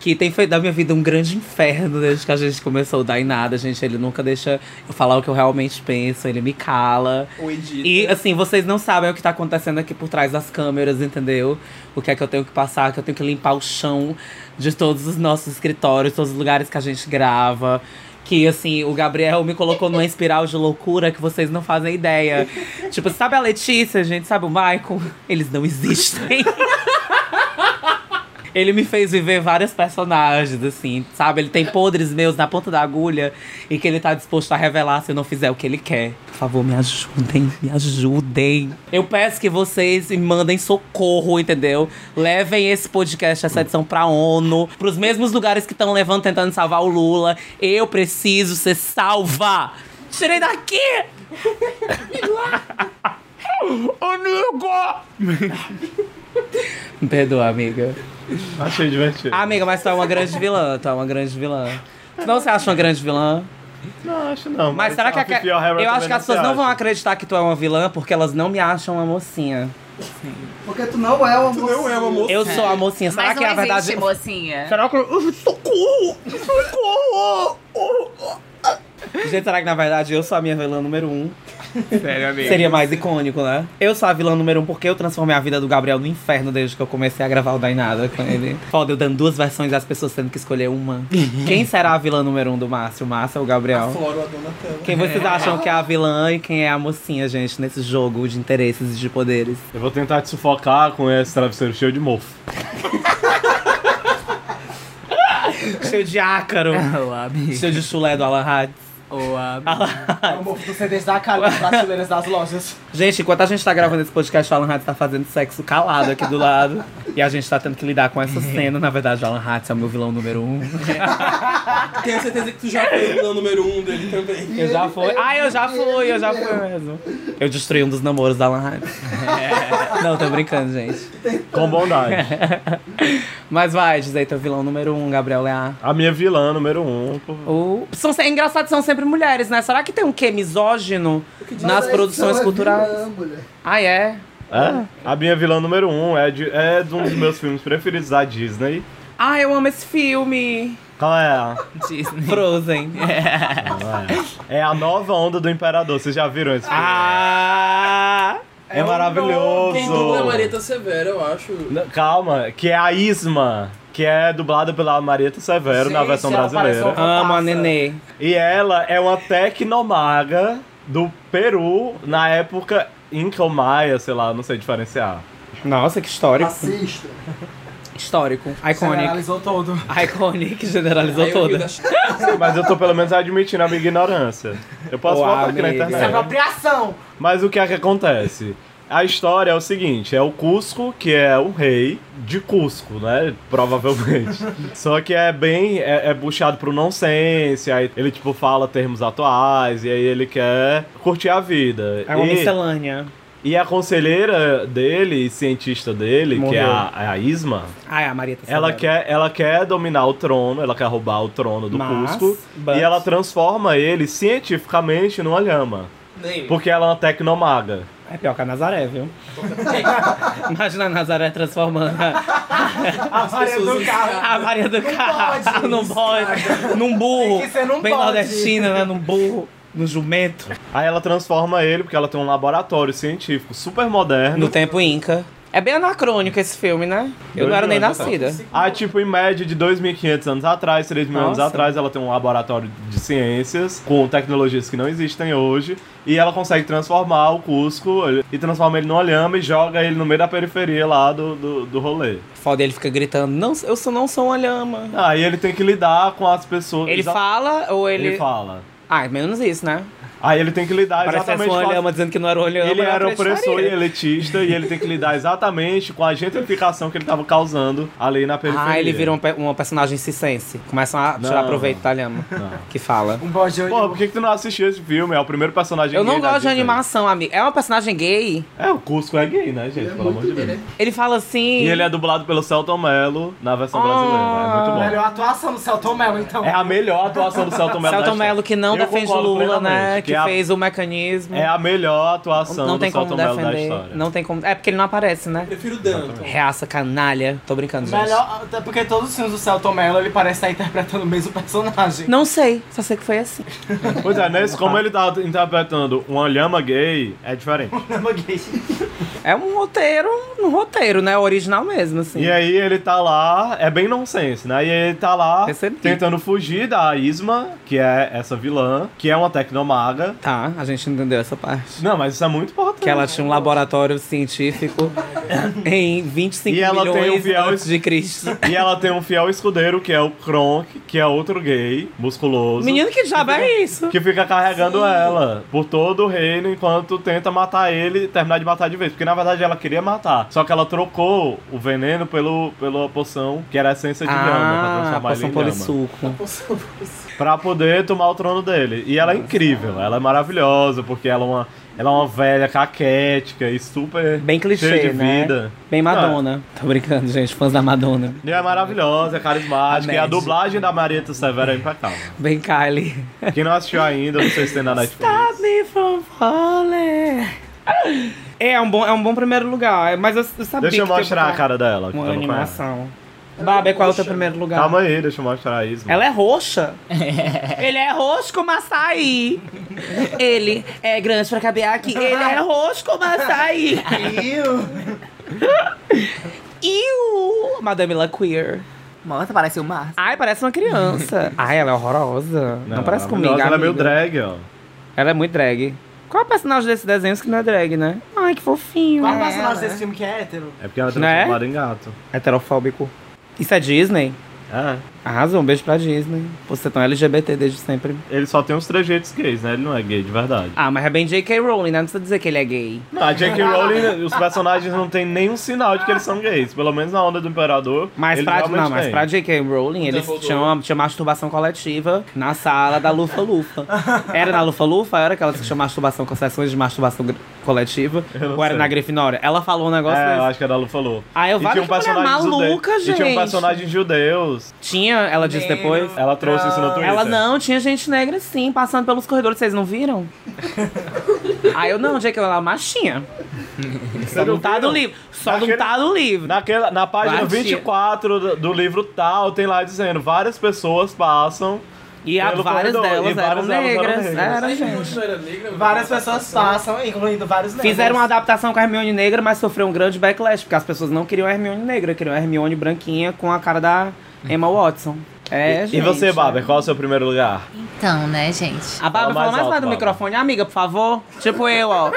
A: Que tem feito da minha vida um grande inferno desde que a gente começou o Dá em Nada, gente. Ele nunca deixa eu falar o que eu realmente penso, ele me cala.
D: O Edito.
A: E assim, vocês não sabem o que tá acontecendo aqui por trás das câmeras, entendeu? O que é que eu tenho que passar, que eu tenho que limpar o chão de todos os nossos escritórios, todos os lugares que a gente grava. Que assim, o Gabriel me colocou numa espiral de loucura que vocês não fazem ideia. tipo, sabe a Letícia, gente? Sabe o Michael? Eles não existem. Ele me fez viver vários personagens, assim, sabe? Ele tem podres meus na ponta da agulha e que ele tá disposto a revelar se eu não fizer o que ele quer. Por favor, me ajudem, me ajudem. Eu peço que vocês me mandem socorro, entendeu? Levem esse podcast, essa edição pra ONU, pros mesmos lugares que estão levando tentando salvar o Lula. Eu preciso ser salva! Tirei daqui! Amigo! Me perdoa, amiga.
B: Achei divertido.
A: Ah, amiga, mas tu é uma grande vilã, tu é uma grande vilã. Tu não se acha uma grande vilã?
B: Não, acho não.
A: Mas será que a...
B: Fifi O'Hara
A: Eu acho
B: também
A: que as
B: se
A: pessoas não vão
B: acha.
A: acreditar que tu é uma vilã porque elas não me acham uma mocinha.
C: Porque tu não é uma
D: Tu não é
C: mocinha.
D: uma moça.
A: Eu sou a mocinha. Será
F: Mas
A: que
F: não
A: na verdade.
F: existe, mocinha.
A: Será que. Socorro! Socorro! <laughs> Gente, será que na verdade eu sou a minha vilã número um?
D: Sério, amigo.
A: Seria mais icônico, né? Eu sou a vilã número um porque eu transformei a vida do Gabriel no inferno desde que eu comecei a gravar o Dainada com <laughs> ele. Foda, eu dando duas versões e as pessoas tendo que escolher uma. Quem será a vilã número um do Márcio? O Márcio ou o
D: A
A: Gabriel?
D: Flora, a Donatella.
A: Quem vocês acham que é a vilã e quem é a mocinha, gente, nesse jogo de interesses e de poderes?
B: Eu vou tentar te sufocar com esse travesseiro cheio de mofo.
A: Cheio de <laughs> ácaro.
H: Ô, amigo.
A: Cheio de chulé do Alan Hatz.
H: Ô, amigo. O mofo dos CDs da Cali, das prateleiras das lojas.
A: Gente, enquanto a gente tá gravando esse podcast, o Alan Hatz tá fazendo sexo calado aqui do lado. e a gente tá tendo que lidar com essa <laughs> cena. Na verdade, o Alan Hatz é o meu vilão número um.
D: <laughs> Tenho certeza que tu já foi o vilão número um dele também.
A: Eu já fui. Ah, eu já fui, eu já fui mesmo. Eu destruí um dos namoros da Alan Hyde. <laughs> Não, tô brincando, gente.
B: Com bondade.
A: Mas vai, diz aí teu vilão número um, Gabriel Lear.
B: A minha vilã número um. pô.
A: O... São, se- é engraçado, são sempre mulheres, né? Será que tem um quê misógino nas
C: Mas
A: produções
C: tu é
A: culturais?
C: vilã, mulher.
A: Ah, é?
B: É? A minha vilã número um é de, é de um dos meus filmes preferidos da Disney.
A: Ah, eu amo esse filme.
B: Qual é? a-
A: <laughs> Frozen.
B: É a nova onda do Imperador. Vocês já viram esse filme?
A: Ah!
B: é maravilhoso.
D: Quem dubla é a Marieta Severa, eu acho.
B: Não, Calma, que é a Isma, que é dublada pela Marieta Severo na
H: Gente,
B: versão
H: ela parece
B: brasileira.
H: uma-
A: Amo a
H: Passa.
A: Nenê.
B: E ela é uma tecnomaga do Peru, na época Inca ou Maia, sei lá, não sei diferenciar.
A: Nossa, que histórico.
C: Racista.
A: Histórico. Iconic.
H: Generalizou todo.
A: Iconic, generalizou
D: Aí eu vi
A: toda.
D: da-
B: Sim, mas eu tô pelo menos admitindo a minha ignorância. Eu posso
A: Uau,
B: voltar aqui na
A: amiga.
B: internet.
A: Essa
H: Apropriação.
B: Mas o que é que acontece? A história é o seguinte, é o Cusco, que é o rei de Cusco, né? Provavelmente. Só que é bem... é, é puxado pro nonsense, aí ele, tipo, fala termos atuais, e aí ele quer curtir a vida.
A: É uma
B: e,
A: miscelânea.
B: e a conselheira dele, cientista dele, que é a, a Isma,
A: Ah, é a Maria tá
B: ela
A: sabendo.
B: quer, ela quer dominar o trono, ela quer roubar o trono do
A: Mas,
B: Cusco,
A: but-
B: e ela transforma ele cientificamente numa lhama.
D: Nem.
B: Porque ela é uma tecnomaga.
A: É pior que a Nazaré, viu? <laughs> Imagina a Nazaré transformando a,
H: A Maria do carro.
A: a Maria do Carro num bode, num burro.
H: Tem que ser num
A: bem
H: bode.
A: nordestina, né? Num burro, num jumento.
B: Aí ela transforma ele, porque ela tem um laboratório científico super moderno.
A: No tempo Inca. É bem anacrônico esse filme, né? Eu não era nem
B: Dois mil anos
A: nascida.
B: atrás. Ah, tipo, em média de 2.500 anos atrás, 3 mil anos
A: Nossa.
B: atrás, ela tem um laboratório de ciências com tecnologias que não existem hoje. E ela consegue transformar o Cusco e transforma ele numa lhama e joga ele no meio da periferia lá do, do, do rolê.
A: Foda, ele fica gritando, não, eu sou, não sou uma lhama.
B: Aí ele tem que lidar com as pessoas.
A: Ele
B: exa-
A: fala ou ele...
B: Ele fala.
A: Ah, menos isso, né?
B: Aí ele tem que lidar
A: Parece
B: Ah, exatamente
A: uma
B: com as-
A: olhama dizendo que não é era um né? uma lhama.
B: Ele é
A: eu
B: era
A: acreditaria.
B: opressor e elitista e ele tem que lidar exatamente com a gentrificação que ele tava causando ali na periferia.
A: Ah, ele vira um pe- uma personagem cissense. Começam a tirar
B: é Não.
A: proveito da lhama. Que fala.
H: Um bode
B: Porra, por que, que tu não assistiu esse filme? É o primeiro personagem
A: Eu
B: gay
A: não
B: da
A: gosto de
B: Disney.
A: animação, amigo. É uma personagem gay.
B: É, o Cusco é gay, né, gente?
C: É
B: Pelo amor de
C: muito
B: Deus.
C: dele.
A: Ele fala assim.
B: E ele é dublado pelo Celton Mello na versão
A: Ah,
B: brasileira. É muito bom.
H: Melhor atuação do Celton Mel, então.
B: É a melhor atuação do Celton Mello. da
A: Celton
B: história.
A: Mello que não
B: Eu
A: defende
B: concordo
A: Lula, né?
B: plenamente,
A: Que,
B: é a-
A: fez o mecanismo.
B: É a melhor atuação
A: não
B: do
A: tem como
B: Celton Mello da
A: defender.
B: história.
A: Não tem como. É porque ele não aparece, né?
D: Prefiro o Danton.
A: Reaça, canalha. Tô brincando, gente.
H: Melhor, até porque todos os filmes do Celton Mello, ele parece estar interpretando o mesmo personagem.
A: Não sei, só sei que foi assim.
B: Pois é, nesse, como ele tá interpretando uma lhama gay, é diferente.
H: Não, gay.
A: É um roteiro, um roteiro, né? Original mesmo, assim.
B: E aí ele tá lá, é bem nonsense, né? E ele tá lá
A: Percebi.
B: tentando fugir da Isma, que é essa vilã, que é uma tecnomaga.
A: Tá, a gente entendeu essa parte.
B: Não, mas isso é muito importante.
A: Que ela tinha um laboratório científico <laughs> em 25
B: E ela tem
A: milhões
B: um fiel-
A: antes de
B: <laughs>
A: Cristo.
B: E ela tem um fiel escudeiro, que é o Kronk, que é outro gay, musculoso.
A: Menino, que diabo é isso?
B: Que fica carregando ela por todo o reino enquanto tenta matar ele e terminar de matar de vez. Porque na verdade ela queria matar. Só que ela trocou o veneno pelo, pela poção que era a essência tipo de lhama pra
A: Ah,
B: transformar ele
A: poção
B: em lhama.
A: polissuco.
B: Pra poder tomar o trono dele. E ela é incrível, ela é maravilhosa, porque ela é uma, ela é uma velha caquética e super
A: Bem clichê,
B: cheia de
A: né?
B: vida. Ah.
A: Bem Madonna. Tô brincando, gente. Fãs da Madonna.
B: E é maravilhosa, é carismática.
A: A
B: e a
A: Mad.
B: dublagem da Marieta Severa é impecável.
A: Bem Kylie.
B: Quem não assistiu ainda, não sei se tem na Netflix.
A: Stop me from falling. É um bom, é um bom primeiro lugar. Mas eu, eu sabia
B: Deixa
A: que tinha
B: eu mostrar a
A: botar
B: cara dela. que
A: Uma
B: eu não conheço.
A: animação. Babi, qual é o teu primeiro lugar?
B: Calma aí, deixa eu mostrar a Isma.
A: Ela é <laughs> roxa. Ele é roxo como açaí. Ele é grande pra caber aqui. Ele é tá roxo como açaí. Iu! Madame La Queer.
F: Nossa, parece o Márcio.
A: Ai, parece uma criança. <laughs> Ai, ela é horrorosa. Não, parece comigo,
B: maravilhosa, Ela é meio
A: amiga.
B: drag, ó.
A: Ela é muito drag. Qual é o personagem desses desenhos que não é drag, né? Ai, que fofinho.
H: Qual
A: É.
H: o personagem desse filme que é hétero?
B: É porque ela é
A: Né?
B: transformada em gato.
A: Heterofóbico. Isso é Disney?
B: É.
A: Arrasou, um beijo pra Disney. Pô, Você é tão LGBT desde sempre.
B: Ele só tem uns trejeitos gays, né? Ele não é gay de verdade.
A: Ah, mas é bem J.K. Rowling, né? Não precisa dizer que ele é gay.
B: Não, a J.K. Rowling, os personagens não tem nenhum sinal de que eles são gays. Pelo menos na onda do Imperador.
A: Mas
B: ele
A: pra,
B: realmente
A: não, mas
B: tem.
A: pra J.K. Rowling, eles
D: Dumbledore.
A: tinham, tinham masturbação coletiva na sala da Lufa Lufa. Era na Lufa Lufa? Era aquela que tinha masturbação com sessões de masturbação gr- coletiva?
B: Eu não
A: Ou era
B: sei.
A: na Grifinória? Ela falou um negócio
B: É, eu
A: desse.
B: acho que a Dalu falou.
A: Ah, eu
B: E
A: vale
B: tinha um
A: que mulher
B: personagem
A: maluca,
B: jude-
A: gente.
B: E tinha um personagem judeus.
A: Tinha, ela disse depois.
B: Ela trouxe isso no Twitter.
A: Ela não, tinha gente negra sim, passando pelos corredores, vocês não
B: <laughs>
A: viram? Aí eu não, J.K. ela é machinha. Só não tá do livro. Só não
B: Naquele-
A: tá do livro.
B: Naquela, na página
A: Batia.
B: 24 do, do livro tal, tem lá dizendo, várias pessoas passam.
A: E há
B: pelo
A: várias
B: corredor,
A: delas
B: e várias
A: eram
B: delas eram
A: negras.
B: negras.
A: Era, assim.
D: Mas
A: gente.
D: Ruth não era negra?
H: Várias pessoas passam, incluindo vários negros.
A: Fizeram uma adaptação com a Hermione negra, mas sofreu um grande backlash, porque as pessoas não queriam a Hermione negra, queriam a Hermione branquinha com a cara da Emma Watson. É, gente.
B: e você, Baber, qual é o seu primeiro lugar?
F: Então, né, gente?
A: A Bárbara fala
B: Fala mais
A: mais
B: alto,
A: lá do
B: Bárbara.
A: microfone. Amiga, por favor. Tipo eu, ó.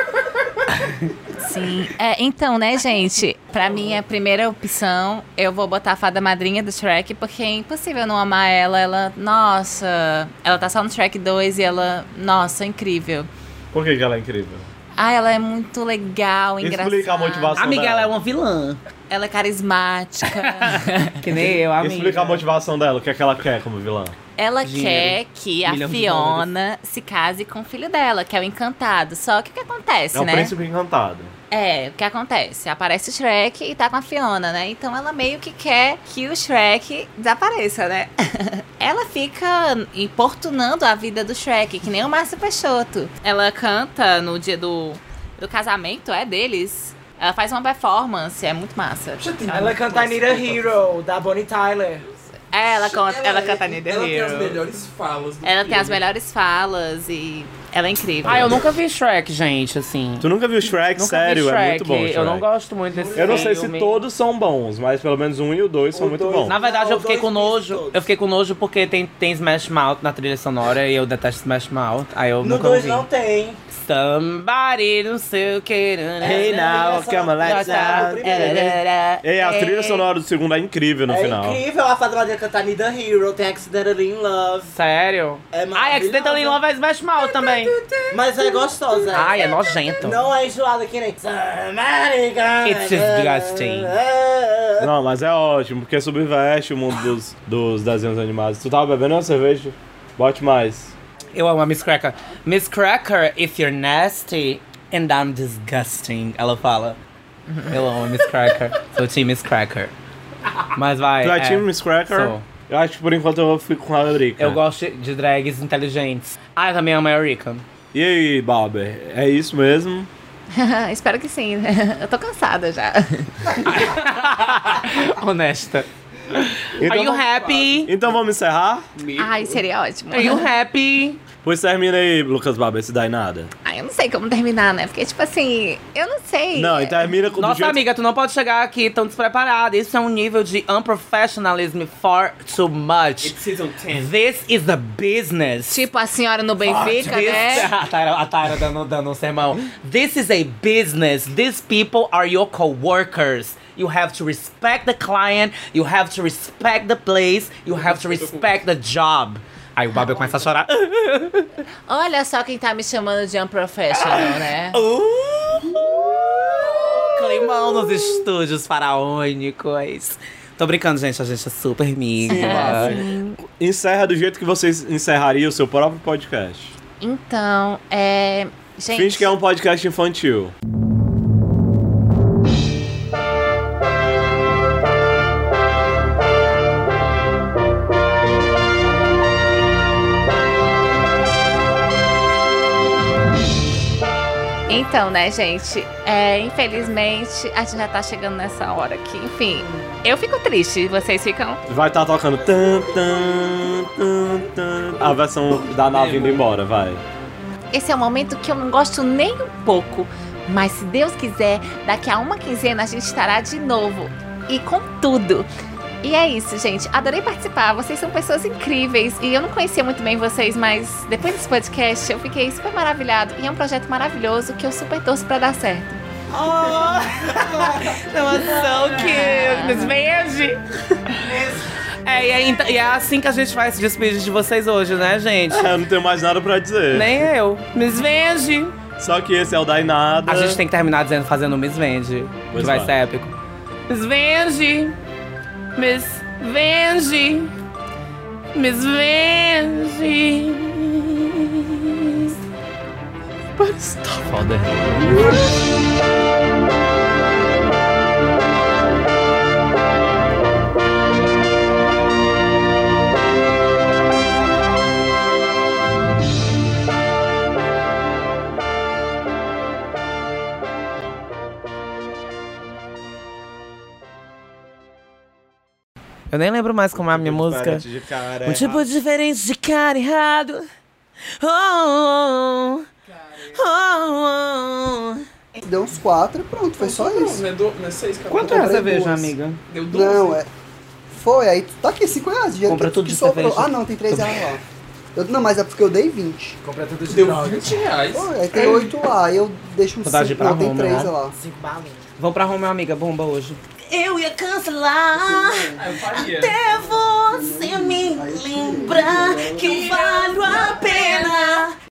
F: Sim. É, então, né, gente? Pra minha primeira opção, eu vou botar a fada madrinha do Shrek, porque é impossível não amar ela. Ela, nossa. Ela tá só no Shrek 2 e ela, nossa, é incrível.
B: Por que, que ela é incrível?
F: Ah, ela é muito legal,
B: Explica
F: engraçada.
B: a motivação.
A: Amiga,
B: dela.
A: ela é uma vilã.
F: Ela
B: <laughs>
F: é carismática.
A: Que nem eu, amiga.
B: Explica a motivação dela, o que é que ela quer como vilã.
F: Ela
A: Dinheiro.
F: quer que a
A: Milhão de
F: Fiona se case com o filho dela, que é o encantado. Só que o que acontece,
B: É o
F: né?
B: príncipe encantado.
F: É, o que acontece? Aparece o Shrek e tá com a Fiona, né? Então ela meio que quer que o Shrek desapareça, né? <laughs> ela fica importunando a vida do Shrek, que nem o Márcio Peixoto. Ela canta no dia do, do casamento, é deles. Ela faz uma performance, é muito massa.
H: Ela canta I Need a Hero, da Bonnie Tyler.
F: É, Ela, canta, ela, canta Need a
D: Ela tem as
F: Hero.
D: melhores falas do
F: Ela tem as
D: filme.
F: melhores falas e Ela é incrível.
A: Ah, eu nunca vi Shrek, gente, assim.
B: Tu nunca viu Shrek?
A: Nunca
B: Sério,
A: vi Shrek.
B: é muito bom. Shrek.
A: Eu não gosto muito desse
B: Eu não sei se
A: filme.
B: todos são bons, mas pelo menos um e o dois são
D: O
B: muito
D: dois-
B: bons.
A: Na verdade,
D: Não,
A: eu fiquei
D: dois
A: com
D: filmes
A: nojo.
D: todos.
A: Eu fiquei com nojo porque tem, tem Smash Mouth na trilha sonora e eu detesto Smash Mouth. Aí eu
H: No
A: nunca
H: 2
A: ouvi.
H: não tem.
A: Somebody, não sei o que. né,
H: É,
B: Hey
H: né,
B: now, come on, let's out. Ei,
A: É,
B: a trilha sonora do segundo é incrível no
H: é
B: final.
H: incrível a fada dele cantar Need a Hero, tem Accidentally in Love.
A: Sério?
H: É
A: Ai, Accidental in
H: maravilhosa.
A: Love é Smash Mouth também.
H: Mas é gostosa.
A: Ai, é nojento.
H: Não é enjoada que nem. It's
A: It's disgusting.
B: Não, mas é ótimo, porque subverte o mundo dos, dos desenhos animados. Tu tava bebendo uma cerveja? Bote mais.
A: Eu amo a Miss Cracker. Miss Cracker, if you're nasty and I'm disgusting. Ela fala. Eu amo a Miss
H: <laughs>
A: Cracker. Sou time Miss Cracker. Mas vai.
B: Tu é, time Miss Cracker?
A: Sou.
B: Eu acho que por enquanto eu fico com a Eurica.
A: Eu gosto de drags inteligentes. Ah, eu também amo a Eurica.
B: E aí, Balber, é isso mesmo?
F: <laughs> Espero que sim. né? Eu tô cansada já.
A: <laughs> Honesta. Are you
B: vamos-
A: happy?
B: Então vamos encerrar?
F: Ai, seria ótimo.
A: Are you happy?
B: Pois termina aí, Lucas Balber, se dá em nada.
F: Ai, Ah, eu não sei como terminar, né? Porque, tipo assim, eu não sei.
B: Não, e termina com do
A: Nossa,
B: jeito-
A: amiga, tu não pode chegar aqui tão despreparada. Isso é um nível de unprofessionalism far too much.
D: It's season 10.
A: This is a business.
F: Tipo a senhora no Benfica,
A: This-
F: né?
A: <laughs> A Tyra, a Tyra dando, dando um sermão. This is a business. These people are your co-workers. You have to respect the client, you have to respect the place, you have to respect the job. Aí o Babel começa a chorar.
F: Olha só quem tá me chamando de unprofessional, né?
A: Uh-huh. Climão nos estúdios faraônicos. Tô brincando, gente. A gente é super amiga. É.
B: Encerra do jeito que vocês encerrariam o seu próprio podcast.
F: Então, é. Gente.
B: Finge que é um podcast infantil.
F: Então, né, gente? É, infelizmente, a gente já tá chegando nessa hora aqui. Enfim, eu fico triste, vocês ficam.
B: Vai estar tocando tan, tan, tan, tan. a versão da nave indo embora, vai.
F: Esse é um momento que eu não gosto nem um pouco. Mas se Deus quiser, daqui a uma quinzena a gente estará de novo. E com tudo. E é isso, gente. Adorei participar. Vocês são pessoas incríveis. E eu não conhecia muito bem vocês, mas depois desse podcast eu fiquei super maravilhado. E é um projeto maravilhoso que eu super torço pra dar certo.
A: é Nossa, que desveje. É, e é, então- e é assim que a gente vai se despedir de vocês hoje, né, gente?
B: É, eu não tenho mais nada pra dizer.
A: Nem eu. Miss Vende!
B: Só que esse é o Dai Nada.
A: A gente tem que terminar dizendo, fazendo Miss Vende. Que
B: Pois
A: vai
B: vai.
A: ser épico. Miss Vende! Miss Vende! Miss Vende! Foda. Eu nem lembro mais como é a minha música.
B: Diferente de cara,
A: Um tipo diferente de cara errado. Oh, oh, oh. oh, oh.
C: Deu uns quatro e pronto, foi só
A: né?
C: isso.
D: Não, é, do, não é seis, cara.
C: Quanto é a cerveja,
A: amiga?
D: Deu 12.
C: Não, é. Foi, aí tu tá aqui, 5 reais. dinheiro
A: Compra
C: que-
A: tudo
C: que
A: de
C: sobrou.
A: cerveja.
C: Ah, não, tem 3 reais lá. Eu- não, mas é porque eu dei 20.
H: Comprei tudo de
D: Deu
H: droga.
D: 20 reais.
C: Foi, aí
A: É.
C: tem 8 lá, aí eu deixo um
A: Saudade
C: 5.
A: pra
C: Não, tem
A: Roma,
C: 3
A: né?
C: lá.
H: Cinco balinhas.
A: Vão pra Roma, amiga, bomba hoje.
I: Eu ia cancelar
H: é,
D: Ah, eu faria.
I: até você me lembrar que eu valho a pena.